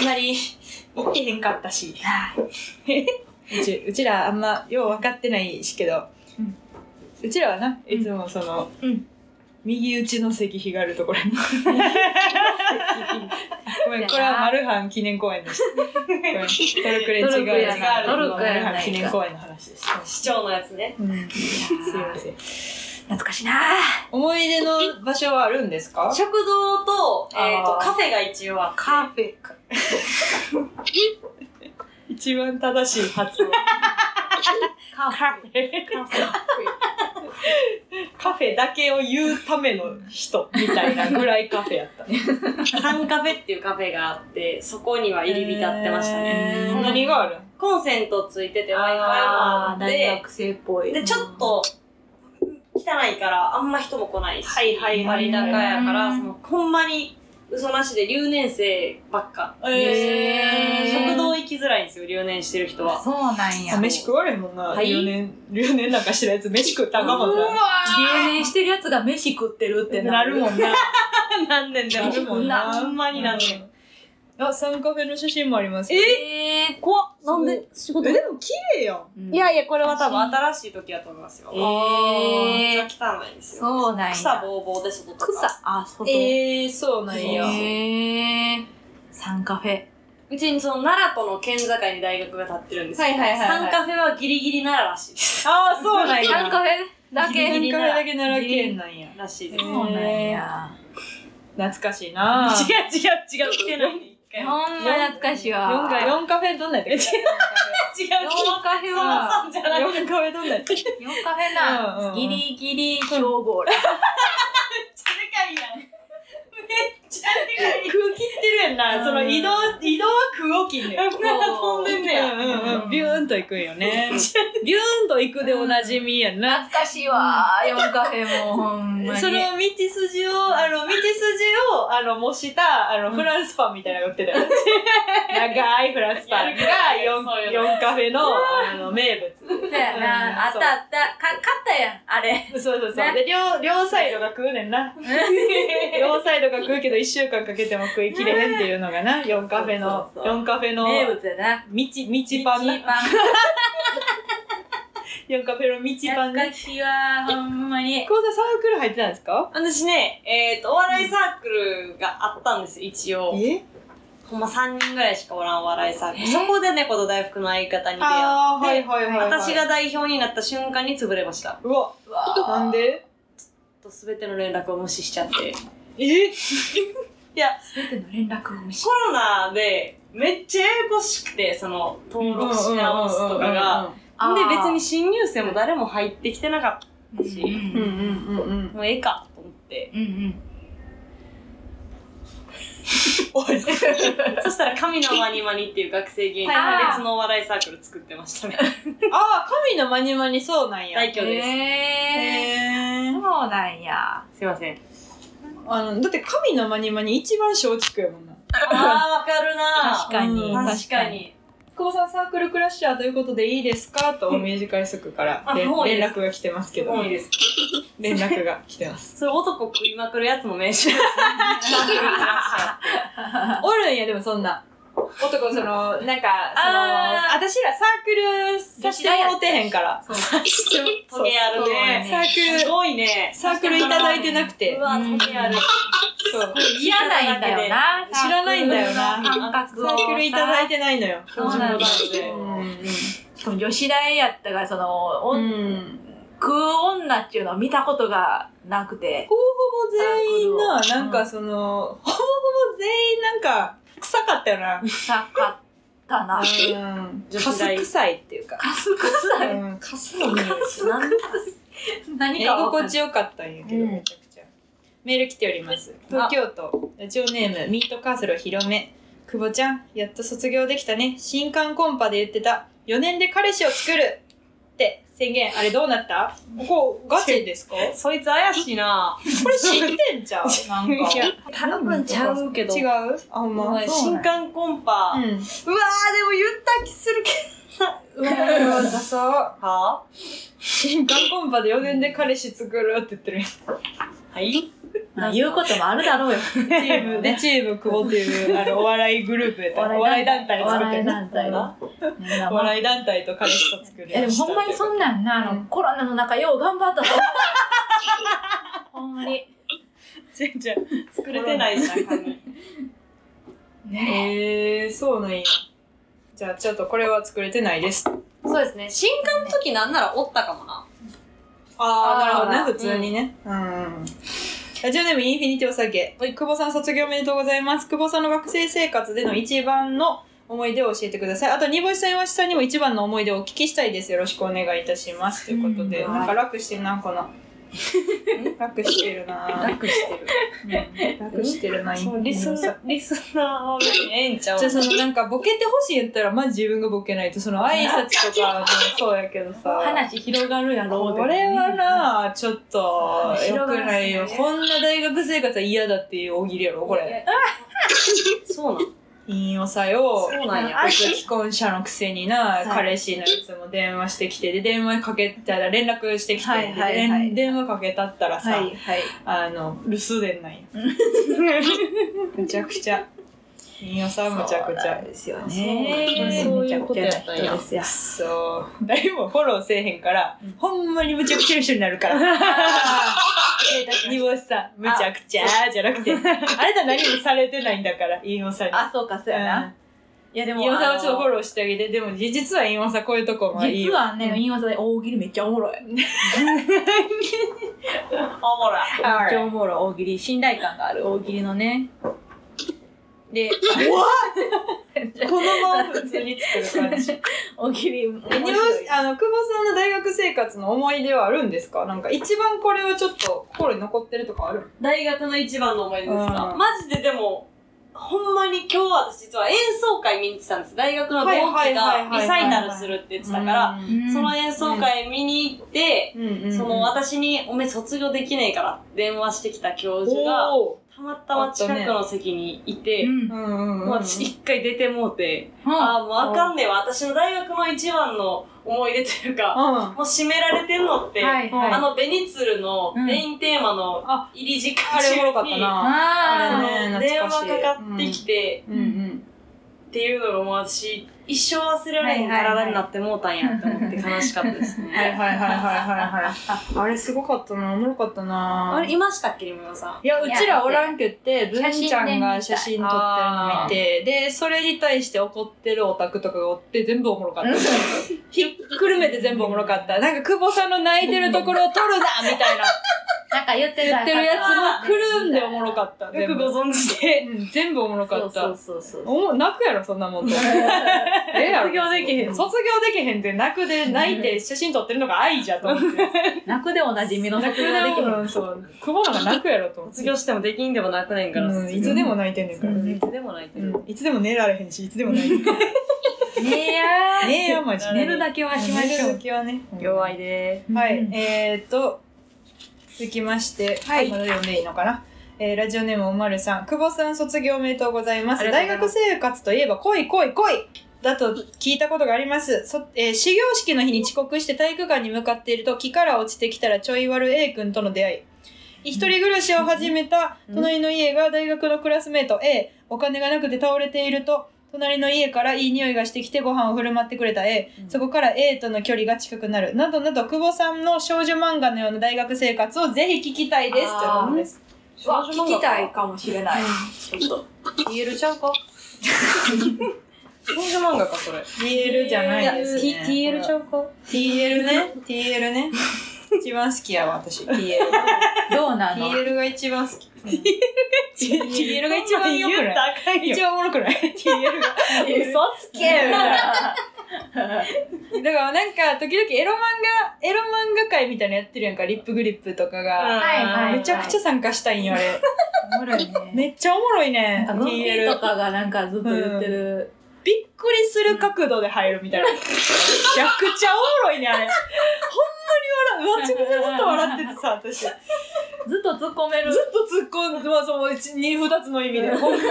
A: あんまり行ってへんかったし。うちうちらあんまよう分かってないしけど、
E: うん
A: うちらはないつもその、
E: うん
A: 右打ちの石碑があるところに ごめんこれはマルハン記念公園でしたごめんトルクレ
E: ト
A: チ
E: ルク
A: ガー
E: や
A: ルズがあ
E: な
A: る
E: トルクや
A: マル
E: な
A: ハン記念公園の話でした
B: 市長のやつね。
A: うんすいません
E: 懐かしいな
A: 思い出の場所はあるんですか
B: 食堂と、えっと、
A: あー
B: カフェが一応あって。
E: カフェ
A: 一番正しい発音
E: カフェ
A: カフェだけを言うための人みたいなぐらいカフェやった
B: サンカフェっていうカフェがあって、そこには入り浸ってましたね。
A: えー何がある
B: コンセントついてて Wi-Fi もあ
G: あー
B: っ
G: 大
B: て、
G: 学生っぽい。
B: で、ちょっと汚いからあんま人も来ないし、はいはい割高やから、そのほんまに嘘なしで留年生ばっか。
A: えー
B: 食堂行きづらいんですよ、留年してる人 は。
E: そうなんや
A: あ飯食われへんもんな、
B: はい
A: 留年留年なんかしてるやつ飯食ったらあかんもんな
E: 留年してるやつが飯食ってるってな
A: なる
E: る
A: もんな
B: 何年で
A: なる もんな
B: ほんまになんねん。
A: あサンカフェの写真もありますえ
E: えー、怖っなんで仕
A: え
E: 事
A: でも綺麗やん
E: いやいやこれ
B: これは多分新しい時だと思いますよ。
E: え
B: めっちゃ汚いんですよ。
E: そうなんや
B: 草ぼうぼうで外とか。
E: 草あ外
A: えー、そうなんや、
E: えー、サンカフェ
B: うちにその奈良との県境に大学が建ってるんですよ。
A: はいはいはいはい
B: サンカフェはギリギリ奈良らしいです。
A: ああそうなんや
E: サンカフェだ
A: サンカ
E: け
A: フェだけ奈良県なんや
B: らしいです。
A: え
B: 違う違う
E: そうなんや
A: 懐かしいな
B: 違う。来てないね一回
E: ほん
B: も。
E: ま懐かしいわ
A: 四回四カフェどんなんやったっけ
B: 違う違う。
E: 四カフェは
B: さんじゃない。
A: 四カフェどん なんやったっけ
E: 四カフェな、
A: うんうんうん
E: ギリギリ競合ら
B: でかいやん。めっちゃでかい。
A: 空気ってるやんなその移動移動は空を 切んねん
B: 飛んでんねや。
A: うんうんうん、ビューンと行くんよね。ビューンと行くでおなじみやな。
E: 懐かしいわー四カフェもほんまに
A: その道筋を、あの、道筋を、あの、模した、あの、フランスパンみたいなのが売ってたよ。長いフランスパンが
B: そうよ
A: 4,
B: ね
A: カフェの、あの、名物。
E: そうやなあったあったか勝ったやんあれ
A: そうそうそう。で、両、両サイドが食うねんな。両サイドが食うけど、1週間かけても食いきれへんなんていうのがな、4カフェの、
G: そうそうそう
A: 4カフェの、
G: 名
A: 道、
G: 物やな。
A: 道パンな
G: 一。番
A: 4カフェの道パン
G: 懐
A: ね。
G: かしいわ、ほんまに。
A: 講座サークル入ってたんですか
B: 私ね、えっ、と、お笑いサークルがあったんです、一応。
A: え
B: ほんま3人ぐらいしかおらんお笑いサークル。
A: え
B: そこで猫と大福の相方に出会っ
A: ああ、は
B: で
A: いはいはい
B: て、
A: はい。
B: 私が代表になった瞬間に潰れました。
A: うわ、なんで
B: と全ての連絡を無視しちゃって。
A: え
G: 連絡を無視。
B: コロナでめっちゃややこしくて、その、登録し直すとかが。
G: うんうんうんうん
B: で、別に新入生も誰も入ってきてなかったし、
A: うんうんうんうん。
B: もうええかと思って。
G: うんうん。
A: おい、
B: そしたら神のマニマニっていう学生芸人が別のお笑いサークル作ってましたね。
A: ああ、神のマニマニそうなんや。
B: 大挙です。
G: へえ。
A: へ
G: そう
A: ー
G: なんや。
B: すいません。
A: あのだって神のマニマニ一番松竹やもんな。
B: ああ、わかるな
G: 確かに。
A: うん
B: 確か。に。
A: 久保さんサークルクラッシャーということでいいですかとお明示会則から
B: あ
A: れ
B: そうです
A: 連絡が来てますけ
B: す
A: ど
B: ごいです。
A: 連絡が来てます
B: それ男食いまくるやつの名刺ですね。
A: おるんやでもそんな男そのなんかそ
G: あ
A: の私らサークルさせてもらってへんから
B: トゲあるね。
A: サーク
B: す
A: ル
B: ごいね。
A: サークルいただいてなくて
B: うわ、トゲある。
A: そう
G: 知らないんだよな。
A: 知らないんだよな
G: 感覚を
A: サ
G: さ
A: ークルいただいてないのよ
G: そうなんです
A: う
G: よ。
A: ん
G: しかも女子大やったから、その、
A: う
G: お
A: ん
G: 食う女っていうのを見たことがなく て。
A: ほぼほぼ全員
G: サー
A: な
G: クルを
A: なんかそのほぼほぼ全員なんか臭かったよな
G: 臭かった な。
A: うん
B: 女
A: カ
B: 子
A: ス
B: 大
A: 臭いっていうか
G: カスカスだよ。
A: うんカスの匂い
G: なんだ何
A: 寝
G: かわかんな
A: 心
G: い
A: 地よかったんやけど、
G: うん
A: めちゃくちゃメール来ております東京都ラジオネームミートカーソル広め久保ちゃんやっと卒業できたね新刊コンパで言ってた4年で彼氏を作るって宣言あれどうなったここガチですかこ
B: そいつ怪しいな。
A: れ知ってんちゃうなん か
B: いや多分ちゃうけど
A: 違。うあほんま
B: 新刊コンパ。う
A: うん
B: わー、でも言った気するけ
A: うわダサ
B: ど。は
A: 新刊コンパで4年で彼氏作るって言ってるやん
B: はい。
G: まあ言うこともあるだ ろうよ。
A: チームでチーム久保っていうあのお笑いグループやったお笑い団体
G: お
A: 作っ
G: 笑
A: てる
G: い団体が。
A: お笑い団体と彼氏と作る
G: いやでもほんまにそんなんな、あ
A: う
G: の
A: ん
G: コロナの中よう頑張ったと思う。ほんまに。
A: 全然
B: 作れてないじゃん、紙
A: えー、そうなんやじゃあちょっとこれは作れてないです
B: そうですね。新刊の時なんならおったかもな。
A: あ
G: ーなるほどね
A: 普通にねうんラジオネームインフィニティお酒久保さん卒業おめでとうございます久保さんの学生生活での一番の思い出を教えてくださいあと煮干しさん岩下さんにも一番の思い出をお聞きしたいですよろしくお願いいたしますということで、
G: うん
A: なんか楽してんなこ の楽してるな楽してる、うん、楽してるな
B: そう、リス
A: 井
B: ナ
A: 上さん
B: ー、 リスナーは別にええんちゃう
A: じゃあそのなんかボケてほしいんやったらまず自分がボケないとその挨拶とかも そうやけどさ
G: 話広がるやろう
A: これはなちょっと良くないよ
G: 広
A: こんな大学生活は嫌だっていう大喜利やろこれ
B: そうなん。
A: 引用さよ
B: そうなんや。
A: あいつ既婚者のくせにな、
B: い
A: 彼氏のやつも電話してきてで電話かけたら連絡してきて、
G: はいはいはい
A: で電電話かけたったらさ、
G: はいはい。
A: あの留守電 なんやむちゃくちゃ引用さんむちゃくちゃ
G: ですよ
A: ね
G: ね。
A: そう
G: めち
A: い
G: ゃ
A: うこ
G: く
A: と
G: ち
A: や
G: ゃ
A: ったんや
G: な人ですよ。
A: そう誰もフォローせえへんから、ほんまにむちゃくちゃな人になるから煮干しさんむちゃくちゃじゃな くてあなた何もされてないんだから飯尾さんに
G: あ、そうかそうやな。
A: いやで
G: も
A: 飯尾さんは
G: あ
A: ちょっと
G: の
A: フォローしてあげてでも実は飯尾さんこういうとこもいい
G: 実
A: よ
G: はね、飯尾さん大喜利めっちゃおもろい。めっ
B: おもろい。
G: ちゃおもろい大喜利。信頼感がある大喜利の ね。で、
A: このまま普通に作る 感じ
G: 大喜利面
A: え煮干
G: 白い
A: し。あの久保さんの大学生活の思い出はあるんですかなんか一番これはちょっと心に残ってるとかある
B: 大学の一番の思い出ですか、
A: うん
B: マジででもほんまに今日私実は演奏会見に行ってたんです大学の同期
A: はいはいはいはいは
B: が
A: い
B: リサイタルするって言ってたから、
A: うん
B: その演奏会見に行って、
A: うんうんうん
B: その私に「おめえ卒業できねえから」電話してきた教授が
A: おー
B: たまたま近くの席にいて、
E: うん
A: うんうんうん
B: もう私一回出てもうて、
E: あ
B: ああ、もうあかんねえわ。私の大学の一番の思い出というか、
A: うん
B: もう締められてんのって、
E: はいはい
B: あのベニツルのメインテーマの
A: あ
B: 入り時間
A: あれおもろか
B: 中
A: った
B: に、
A: な
E: あ
A: あ
E: ー
A: れね
B: あの電
A: 懐
B: 話
A: かしい
B: かかってきて、
A: うんうん
B: っていうのがもう私一生忘れられへん体になってもうたんやって思って悲しかったです
A: はい
B: ね。
A: はいはいはいはいはいあれすごかったなおもろかったな
B: あれいましたっけリムヨさん。
A: いやうちらおらんくって文ちゃんが写真撮ってるの見てでそれに対して怒ってるオタクとかがおって全部おもろ かったひっくるめて全部おもろかったなんか久保さんの泣いてるところを撮るなみたいな
H: なんか言って
A: 言
H: た。
A: ってるやつもくるんでおもろかった
B: よくご存知で。
A: うん全部おもろかった
B: そうそうそうそう。
A: おも泣くやろそんなも んとええやろ
B: 卒業できへん
A: 卒業できへんって泣くで泣いて写真撮ってるのが愛じゃと思って
E: 泣くでおなじみの
A: 泣く
E: 卒業できる
A: でそう久保なんか泣くやろと思って
B: 卒業してもできんでもなくねんから。
A: うんいつでも泣いてんねんから
B: うんい
A: ね
B: つでも泣いてる。
A: うんいつでも寝られへんしいつでも泣いてる ね
E: ねや
A: えよマジで
E: 寝るだけはしまし
A: 寝
E: ょ
A: る
E: う
A: 時はね
B: 弱いで
A: はい、
E: うん
A: えー、っと続きまして、はい、まだ読んでいいのかな、えーラジオネームおまるさん久保さん卒業おめでとうございます
B: ありがと
A: 大
B: うござい
A: 学
B: ます
A: 生活といえば恋恋恋だと聞いたことがあります、そえー始業式の日に遅刻して体育館に向かっていると木から落ちてきたらちょい悪 A 君との出会い一人暮らしを始めた隣の家が大学のクラスメート A お金がなくて倒れていると隣の家からいい匂いがしてきてご飯を振る舞ってくれた A、そこから A との距離が近くなるなどなど久保さんの少女漫画のような大学生活をぜひ聞きたいです
G: あー
A: ということです
G: わ聞きたいかもしれない。
B: 言えるちゃうか少女漫画かそれ
A: TL じゃないですね
B: T- TL ちゃうか
A: TL ね TL ね一番好きやわ私 TL
E: どうなの
A: TL が一番好 き TL が一番よく
B: 言
A: ない
B: ったらあかんよ
A: 一番おもろ くない TL が
B: つけみたい な
A: だからなんか時々エロ漫画エロ漫画会みたいなのやってるやんかリップグリップとかが、
B: はい
H: はい
A: めちゃくちゃ参加したいんよあれ
E: おもろいね
A: めっちゃおもろいね
E: なんかグミ
A: TL
E: とかがなんかずっと言ってる、
A: びっくりする角度で入るみたいな、めちゃくちゃおもろいねあれほんまに笑うめちゃくちゃずっと笑っててさ私ずっ
E: ずっと突っ込める
A: と突っ込んでまあその2つの意味で ほんまによ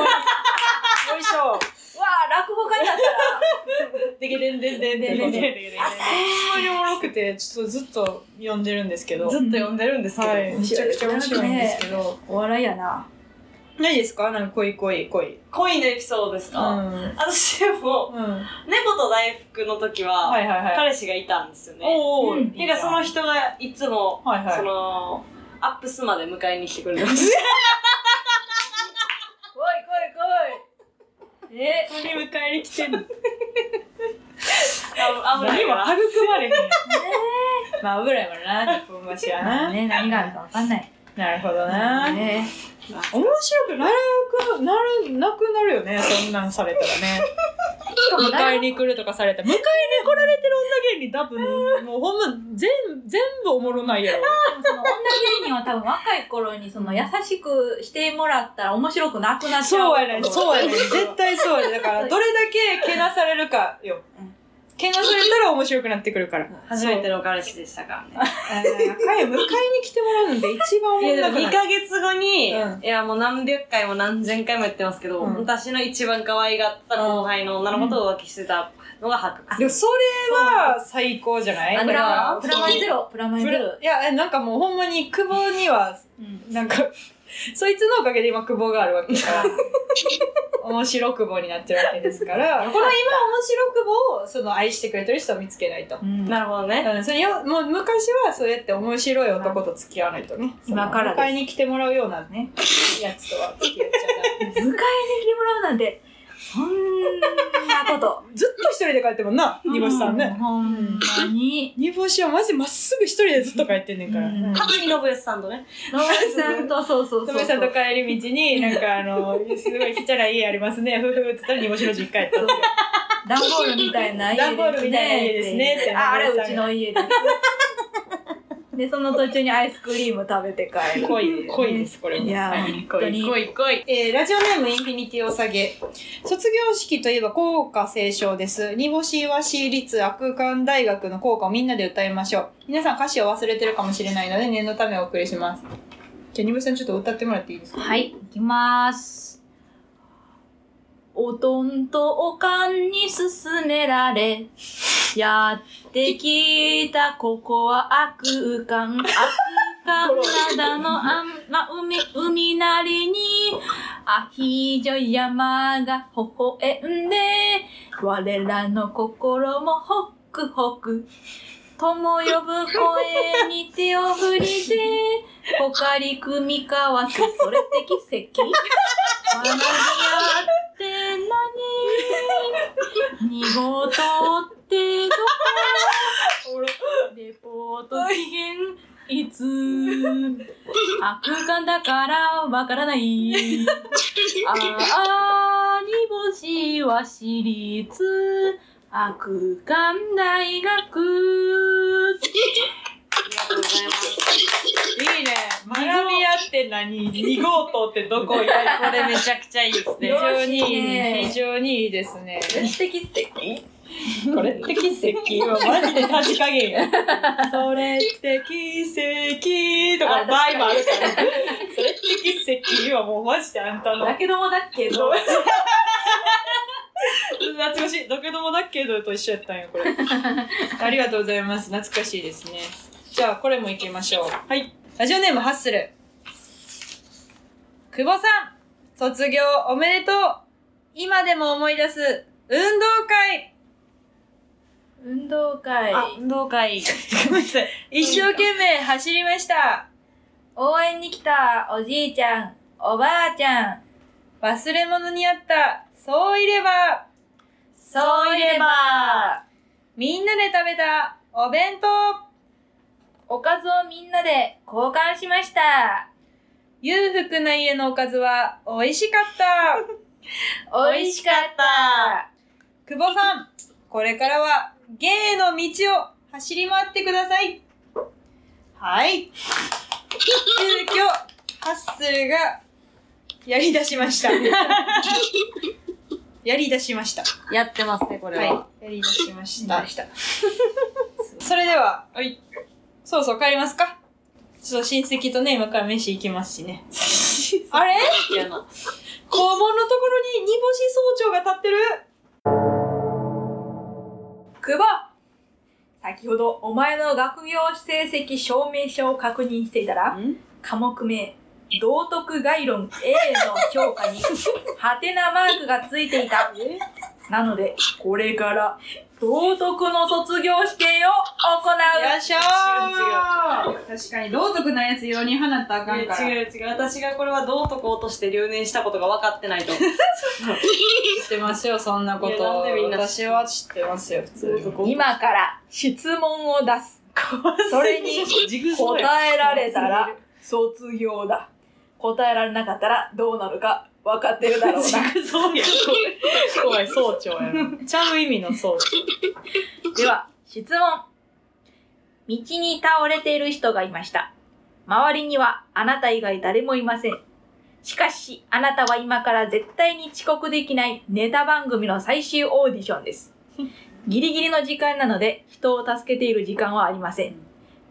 A: いしょ
G: わあ、落語家になっ
A: でけでんでんでんでんでんでんでんでんでんほんまにおもろくてちょっとずっと読んでるんですけど
B: ずっと読んでるんですけど、
A: はい、めちゃくちゃ面白いんですけど、
G: たら、お笑いやな。
A: ないですかなんか恋恋恋
B: 恋のエピソードです
A: う
B: か、
A: ん、うん、
B: 私でも
A: は
B: 猫と大福の時は、
A: いはいはい
B: 彼氏がいたんですよね
A: おお、
G: うん
A: いい
B: てかその人がいつも、
A: はいはい
B: そのアップスまで迎えに来てくれるんです
A: え何迎えに来てんの
B: あ危ない
A: 何も
B: わ
A: 育まれへんやんまあ油やからな日本橋はな、
E: ね何があるかわかんない
A: なるほどな、
E: ね
A: 面白くなくなるなくなるよねそんなんされたらね迎えに来るとかされたら迎えに来られてる女芸人多分もうほんま全全部おもろないやろ
E: その女芸人は多分若い頃にその優しくしてもらったら面白くなくなっちゃう
A: そうやねんそうやねん絶対そうやねんだからどれだけけなされるかよけなされたら面白くなってくるから
B: 初めての彼氏でしたからね
A: あー赤い迎えに来てもらうので一番お
B: い
A: もろ
B: やで
A: な
B: も
A: くな
B: 2
A: い
B: ヶ月後に、
A: うん
B: いやもう何百回も何千回も言ってますけど、
A: うん
B: 私の一番可愛がった後輩の女の子と浮気してたのが発覚
A: でもそれは最高じゃない
E: あ
A: だ
E: プ
A: から
E: ラプラマイゼ ロプラマイゼロ
A: いやなんかもうほんまに久保にはなんかそいつのおかげで今久保があるわけだから面白久保になってるわけですからこの今面白久保をその愛してくれてる人を見つけないと。
E: うん
B: なるほどね
A: うん、それよもう昔はそうやって面白い男と付き合わないとね
G: 今からです
A: その迎えに来てもらうようなねやつとは付き合っちゃ
G: 迎えに来てもらうなんて、そんな こと。
A: うずっと一人で帰ってもんな煮干しさんね
E: ほんまに
A: 煮干しはマジまっすぐ一人でずっと帰ってんねんから、
E: うん
B: 特に信康さんとね
G: 野村さんと、そうそうそう
A: 友
G: そう。
A: さんと帰り道に、なんかあの、すごいちっちゃな家ありますね、夫婦って言ったら煮干しの実家やったんですよ。
G: 段ボールみたいな家です
A: 段
G: ね。
A: ボールみたいな家ですねって
G: あ、あれうちの家 です。で、その途中にアイスクリーム食べて帰る。
A: 濃い、濃いです、これも。
G: いやー
A: はい
G: 本当に
B: 来い来い
A: えーラジオネームインフィニティお下げ。卒業式といえば校歌斉唱です。煮干しは私立悪空間大学の校歌をみんなで歌いましょう。皆さん歌詞を忘れてるかもしれないので、念のためお送りします。じゃあ、ニブさんちょっと歌ってもらっていいですか
E: はい、いきます。おとんとおかんに勧められ、やってきたここは悪感、悪感灘のあん、ま、海、海なりに、アヒージョ山が微笑んで、我らの心もホックホク。とも呼ぶ声に手を振りで、ポカリ組み交わす、それ的奇跡。学び合って何濁事ってどこレポート期限いつあ、空間だからわからない。ああ、煮干しは私立。あ、空間大
B: が
E: 学。
B: とうございます。
A: いいね。学び合って何二号棟ってどこいや
B: これめちゃくちゃいいです
A: 非
B: ね。
A: 常にいいね。非常にいいですね。
G: 敵的
A: これって奇跡はマジでさじ加 減よ。それって奇跡とかバイもあるから。それって奇跡はもうマジであん たの。
G: だけどもだけど
A: ごめん懐かしい。だけどもだけどと一緒やったんよ、これ。ありがとうございます。懐かしいですね。じゃあ、これもいきましょう。はい。ラジオネーム、ハッスル。久保さん、卒業おめでとう。今でも思い出す、運動会。
E: 運動会。
B: 運動会。
A: ごめんなさい。一生懸命走りました。
E: 応援に来たおじいちゃん、おばあちゃん。
A: 忘れ物にあった、そういれば。
E: そういえば、
A: みんなで食べた、お弁当。
E: おかずをみんなで交換しました。
A: 裕福な家のおかずは美味しか った。
E: 美味しかった。
A: 久保さん、これからは芸の道を走り回ってください。はい。急遽、ハッスルがやり出しま した。やり出しました。
B: やってますね、これは。
A: い。やり出しました。 それでは、はい。そうそう、帰りますか。ちょっと親戚とね、今から飯行きますし ね。あれ
B: いやな
A: 肛門のところに煮干し総長が立ってる
G: 久保先ほどお前の学業成績証明書を確認していたら
A: ん
G: 科目名道徳概論 A の評価にハテナマークがついていたなのでこれから道徳の卒業試験を行
A: よ
G: う
A: っしゃー確かに道徳なやつ容に放ったらあかんから
B: 違う違う。私がこれは道徳をとして留年したことが分かってないと思う。
A: 知ってますよそんなこ
B: いやなん
A: と
B: でみんな
A: 私は知ってますよ普通に
G: 今から質問を出すそれ に
B: ジグソーや。
G: 答えられた ら卒業だ答えられなかったらどうなるか分かってるだ ろうな
A: そうや 怖い総長やなちゃう意味の総長
E: では、質問。道に倒れている人がいました。周りにはあなた以外誰もいません。しかし、あなたは今から絶対に遅刻できないネタ番組の最終オーディションです。ギリギリの時間なので、人を助けている時間はありません。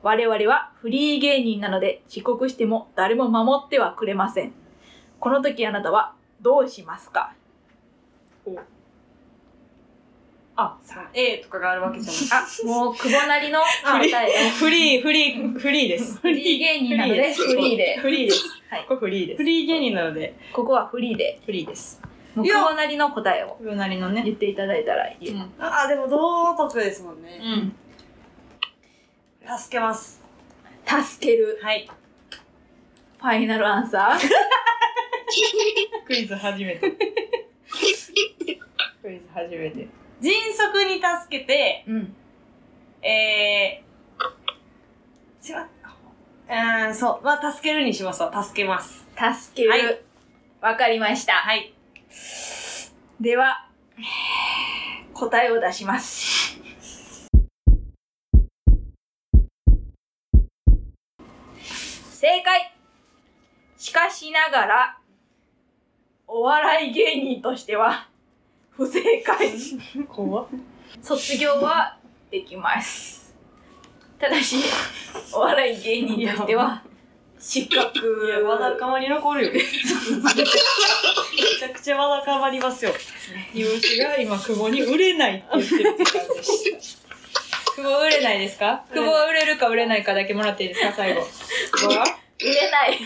E: 我々はフリー芸人なので、遅刻しても誰も守ってはくれません。この時あなたはどうしますか
B: あ、さ A とかがあるわけじゃない。
E: あ、もう、久保なりの答えを。
A: フリーフリーフリーです
E: フリー芸人なので、フリーで。
A: フリーです
E: はい
A: これフリーですフリー芸人なので
E: ここはフリーで、
A: フリーです
E: もう
A: いや
E: 久保なりの答えを
A: 自分なりのね
E: 言っていただいたらいい。
B: あ、でも道徳ですもんね。
A: ん
B: 助けます。
E: 助ける。
B: はい。
E: ファイナルアンサー。
A: クイズ初めてクイズ初めて
B: 迅速に助けて、
E: うん。
B: えー、すいまうーん、そう。まあ、助けるにしますわ。助けます。
E: 助ける。
B: はい
E: わ、かりました。
B: はい。
E: では、答えを出します。正解しかしながら、お笑い芸人としては、不正解。
A: 怖っ
E: 卒業はできます。ただし、お笑い芸人としては、
B: 失格。
A: やわだかまり残るよめちゃくちゃわだかまりますよ 用紙が今久保に売れないって言ってる時間で した久保売れないですか久保は売れるか売れないかだけもらっていいですか最後久保は
E: 売れない。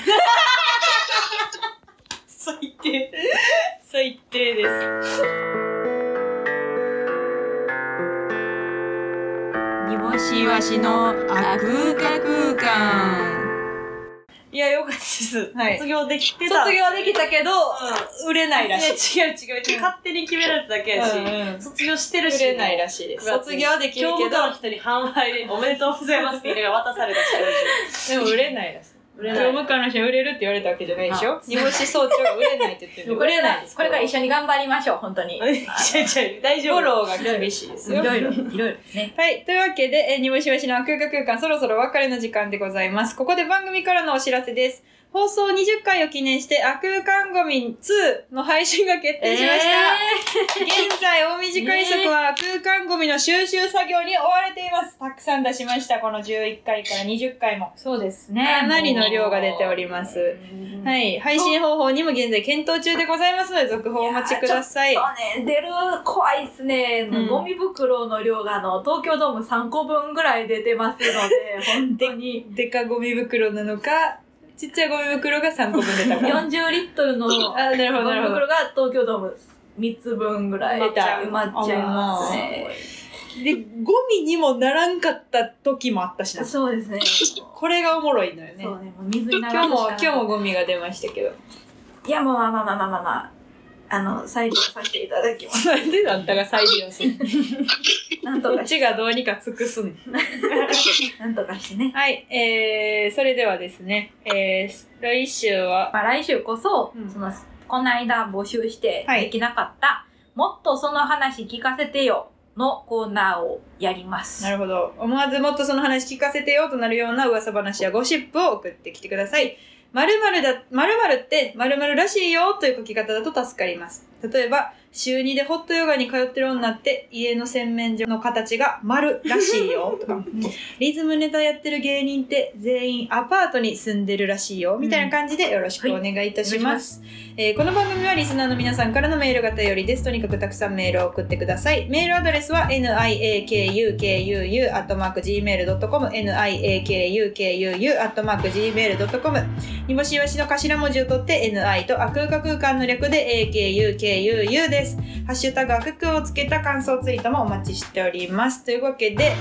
A: 最低最低です
I: 煮干しわしのあ空間空間。
A: いやよかったです、
B: はい
A: 卒業できてた
B: 卒業できたけど、
A: うん売れない
B: いや
A: ら
B: 違
A: しいう
B: 違う違う。勝手に決められただけやし、卒業してるし、
A: 売れないらしいです
B: 卒業できる
A: 教
B: け
A: 務
B: ど、
A: 課
B: の人に販売でおめでとうございますって言いながら渡されたし、
A: でも売れないらしい
B: 売れ
A: 業
B: ない。
A: 務課の人売れるって言われたわけじゃないでしょ煮干し総長 が売れないって言ってるよ
E: 売れないです。これから一緒に頑張りましょう、本当に。
A: いやいや大丈夫。フォローが厳しいですよ。
E: いろ、い ろいろね。
A: はい。というわけで、えー、にぼしわしの空間空間、そろそろお別れの時間でございます。ここで番組からのお知らせです。放送20回を記念して、悪空間ゴミ2の配信が決定しました。現在、大短い足は空間ゴミの収集作業に追われています。たくさん出しました。この11回から20回も。
I: そうです
A: か
I: ね。
A: なりの量が出ております。はい。配信方法にも現在検討中でございますので、続報をお待ちください。
E: そうね、出る怖いっすね。
A: うん
E: ゴミ袋の量があの東京ドーム3個分ぐらい出てますので、 本当に。
A: でかゴミ袋なのか、ちっちゃいゴミ袋が3個分出たから。
E: 40リットルのゴミ
A: あ、なるほど、なるほど
E: 袋。が東京ドーム3つ分ぐらい
A: 埋まっちゃう
E: 埋まっちゃいますね。
A: で、ゴミにもならんかった時もあったしな。
E: そうで すね。
A: これがおもろいのよね
E: そ。うね、もう水に流すしか
A: 今
E: な
A: 日
E: い
A: も、今日もゴミが出ましたけど。
E: いや、もうまあまあまあまあまあまあ。あの、再利用させていただきます。
A: なんであんたが再利用 する
E: なんと
A: こ
E: か
A: っ
E: し、
A: ちがどうにか尽くすん。
E: なんとかしてね。
A: はい、えー、それではですね、えー、来週は、
E: まあ、来週こそ、
A: うん
E: そのこの間募集して
A: はい
E: できなかった、もっとその話聞かせてよのコーナーをやります。
A: なるほど。思わずもっとその話聞かせてよとなるような噂話やゴシップを送ってきてください。〇〇だ、〇〇って〇〇らしいよという書き方だと助かります。例えば、週2でホットヨガに通ってる女って家の洗面所の形が丸らしいよ とか、リズムネタやってる芸人って全員アパートに住んでるらしいよみたいな感じでよろしくお願いいたします。えーこの番組はリスナーの皆さんからのメールが頼りです。とにかくたくさんメールを送ってください。メールアドレスは niakukuu.gmail.com niakukuu.gmail.com にぼしいわしの頭文字を取って ni とあ空間空間の略で akukuu です。ハッシュタグあくくをつけた感想ツイートもお待ちしております。というわけで、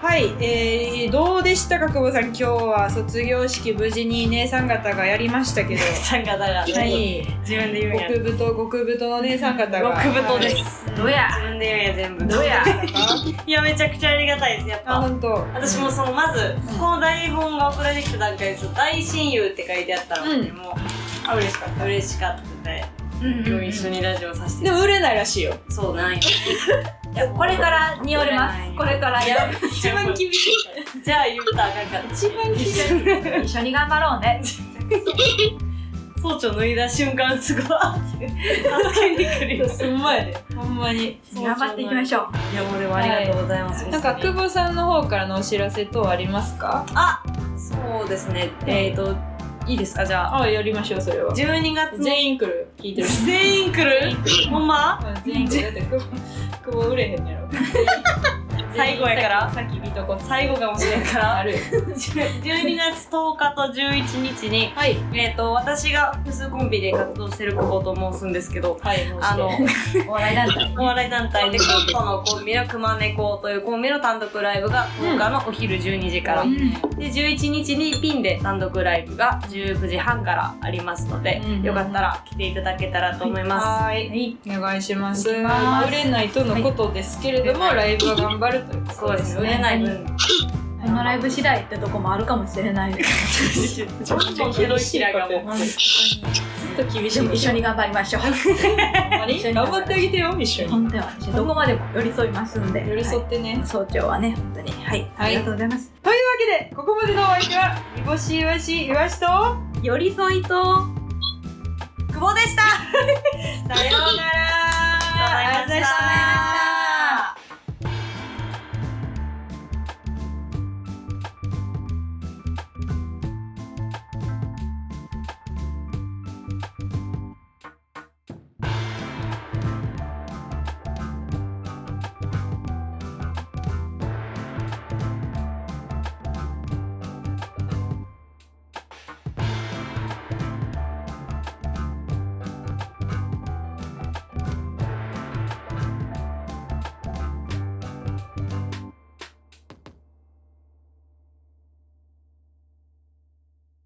A: はい、えー、どうでしたか久保さん今日は卒業式無事に姉さん方がやりましたけど。
B: さんがだから、
A: はい、
B: 自分で言うんや。
A: 極太極太の姉さん方が
B: 極太です
A: はい
E: どうや
B: 自分で言うんや、全部。
E: どうや
B: いや、めちゃくちゃありがたいです、やっ
A: あ
B: ぱ。
A: 本当
B: 私もそのまずこの台本が送られてきた段階で「大親友」って書いてあったので、
A: う
B: もうあ嬉しかった嬉しかったで今日一緒にラジオさせて
A: でも売れないらしいよ
B: そうなんよ
E: いやこれからによります。これからやる。
B: 一番厳しいじゃあ言ったらあかんかった一番厳し い
E: 一緒に頑張ろうね。
B: 総長脱いだ瞬間すごい助けに来るよすんまやで
A: ほんまに
E: 頑張っていきましょう。
B: いやもうでもありがとうございます、
A: なんか久保さんの方からのお知らせ等ありますか
B: そうですねえっ、ー、といいですかじゃあ
A: あやりましょうそれは
B: 12月に
A: 全員来る聞いてる
B: 全員来るほんま
A: うん全員来るだって久保久保売れへんやろ
B: 最後や から
A: さっき見とこ
B: 最後かもしれんから
A: ある
B: 12月10日と11日に、
A: はい
B: えー、と私が複数コンビで活動してる久保と申すんですけど
A: はい
B: あの
E: お笑い団体。
B: お笑い団体でコントのコンビの熊猫というコンビの単独ライブが10日のお昼12時から、で11日にピンで単独ライブが19時半からありますので、
A: うん
B: よかったら来ていただけたらと思います。
A: はいお願いしますまあ売れないとのことですけれども、
B: はい
A: ライブは頑張るというこ
B: そう
A: と
B: ですね売れない分
E: このライブ次第ってとこもあるかもしれないです。
A: ちょっと厳しいことやちょっと厳し
E: で
A: い
E: も
A: こと
E: 一緒に頑張りましょう。
A: ほんまに 頑張ってあげてよ一緒に
E: 本当に私どこまでも寄り添いますんで。
A: 寄り添ってね、
E: はい早朝はね本当にはい。ありがとうございます。
A: というわけでここまでのお相手は煮干しいわしいわしと
E: 寄り添いと。
B: 久保でしたさようならありがとうございました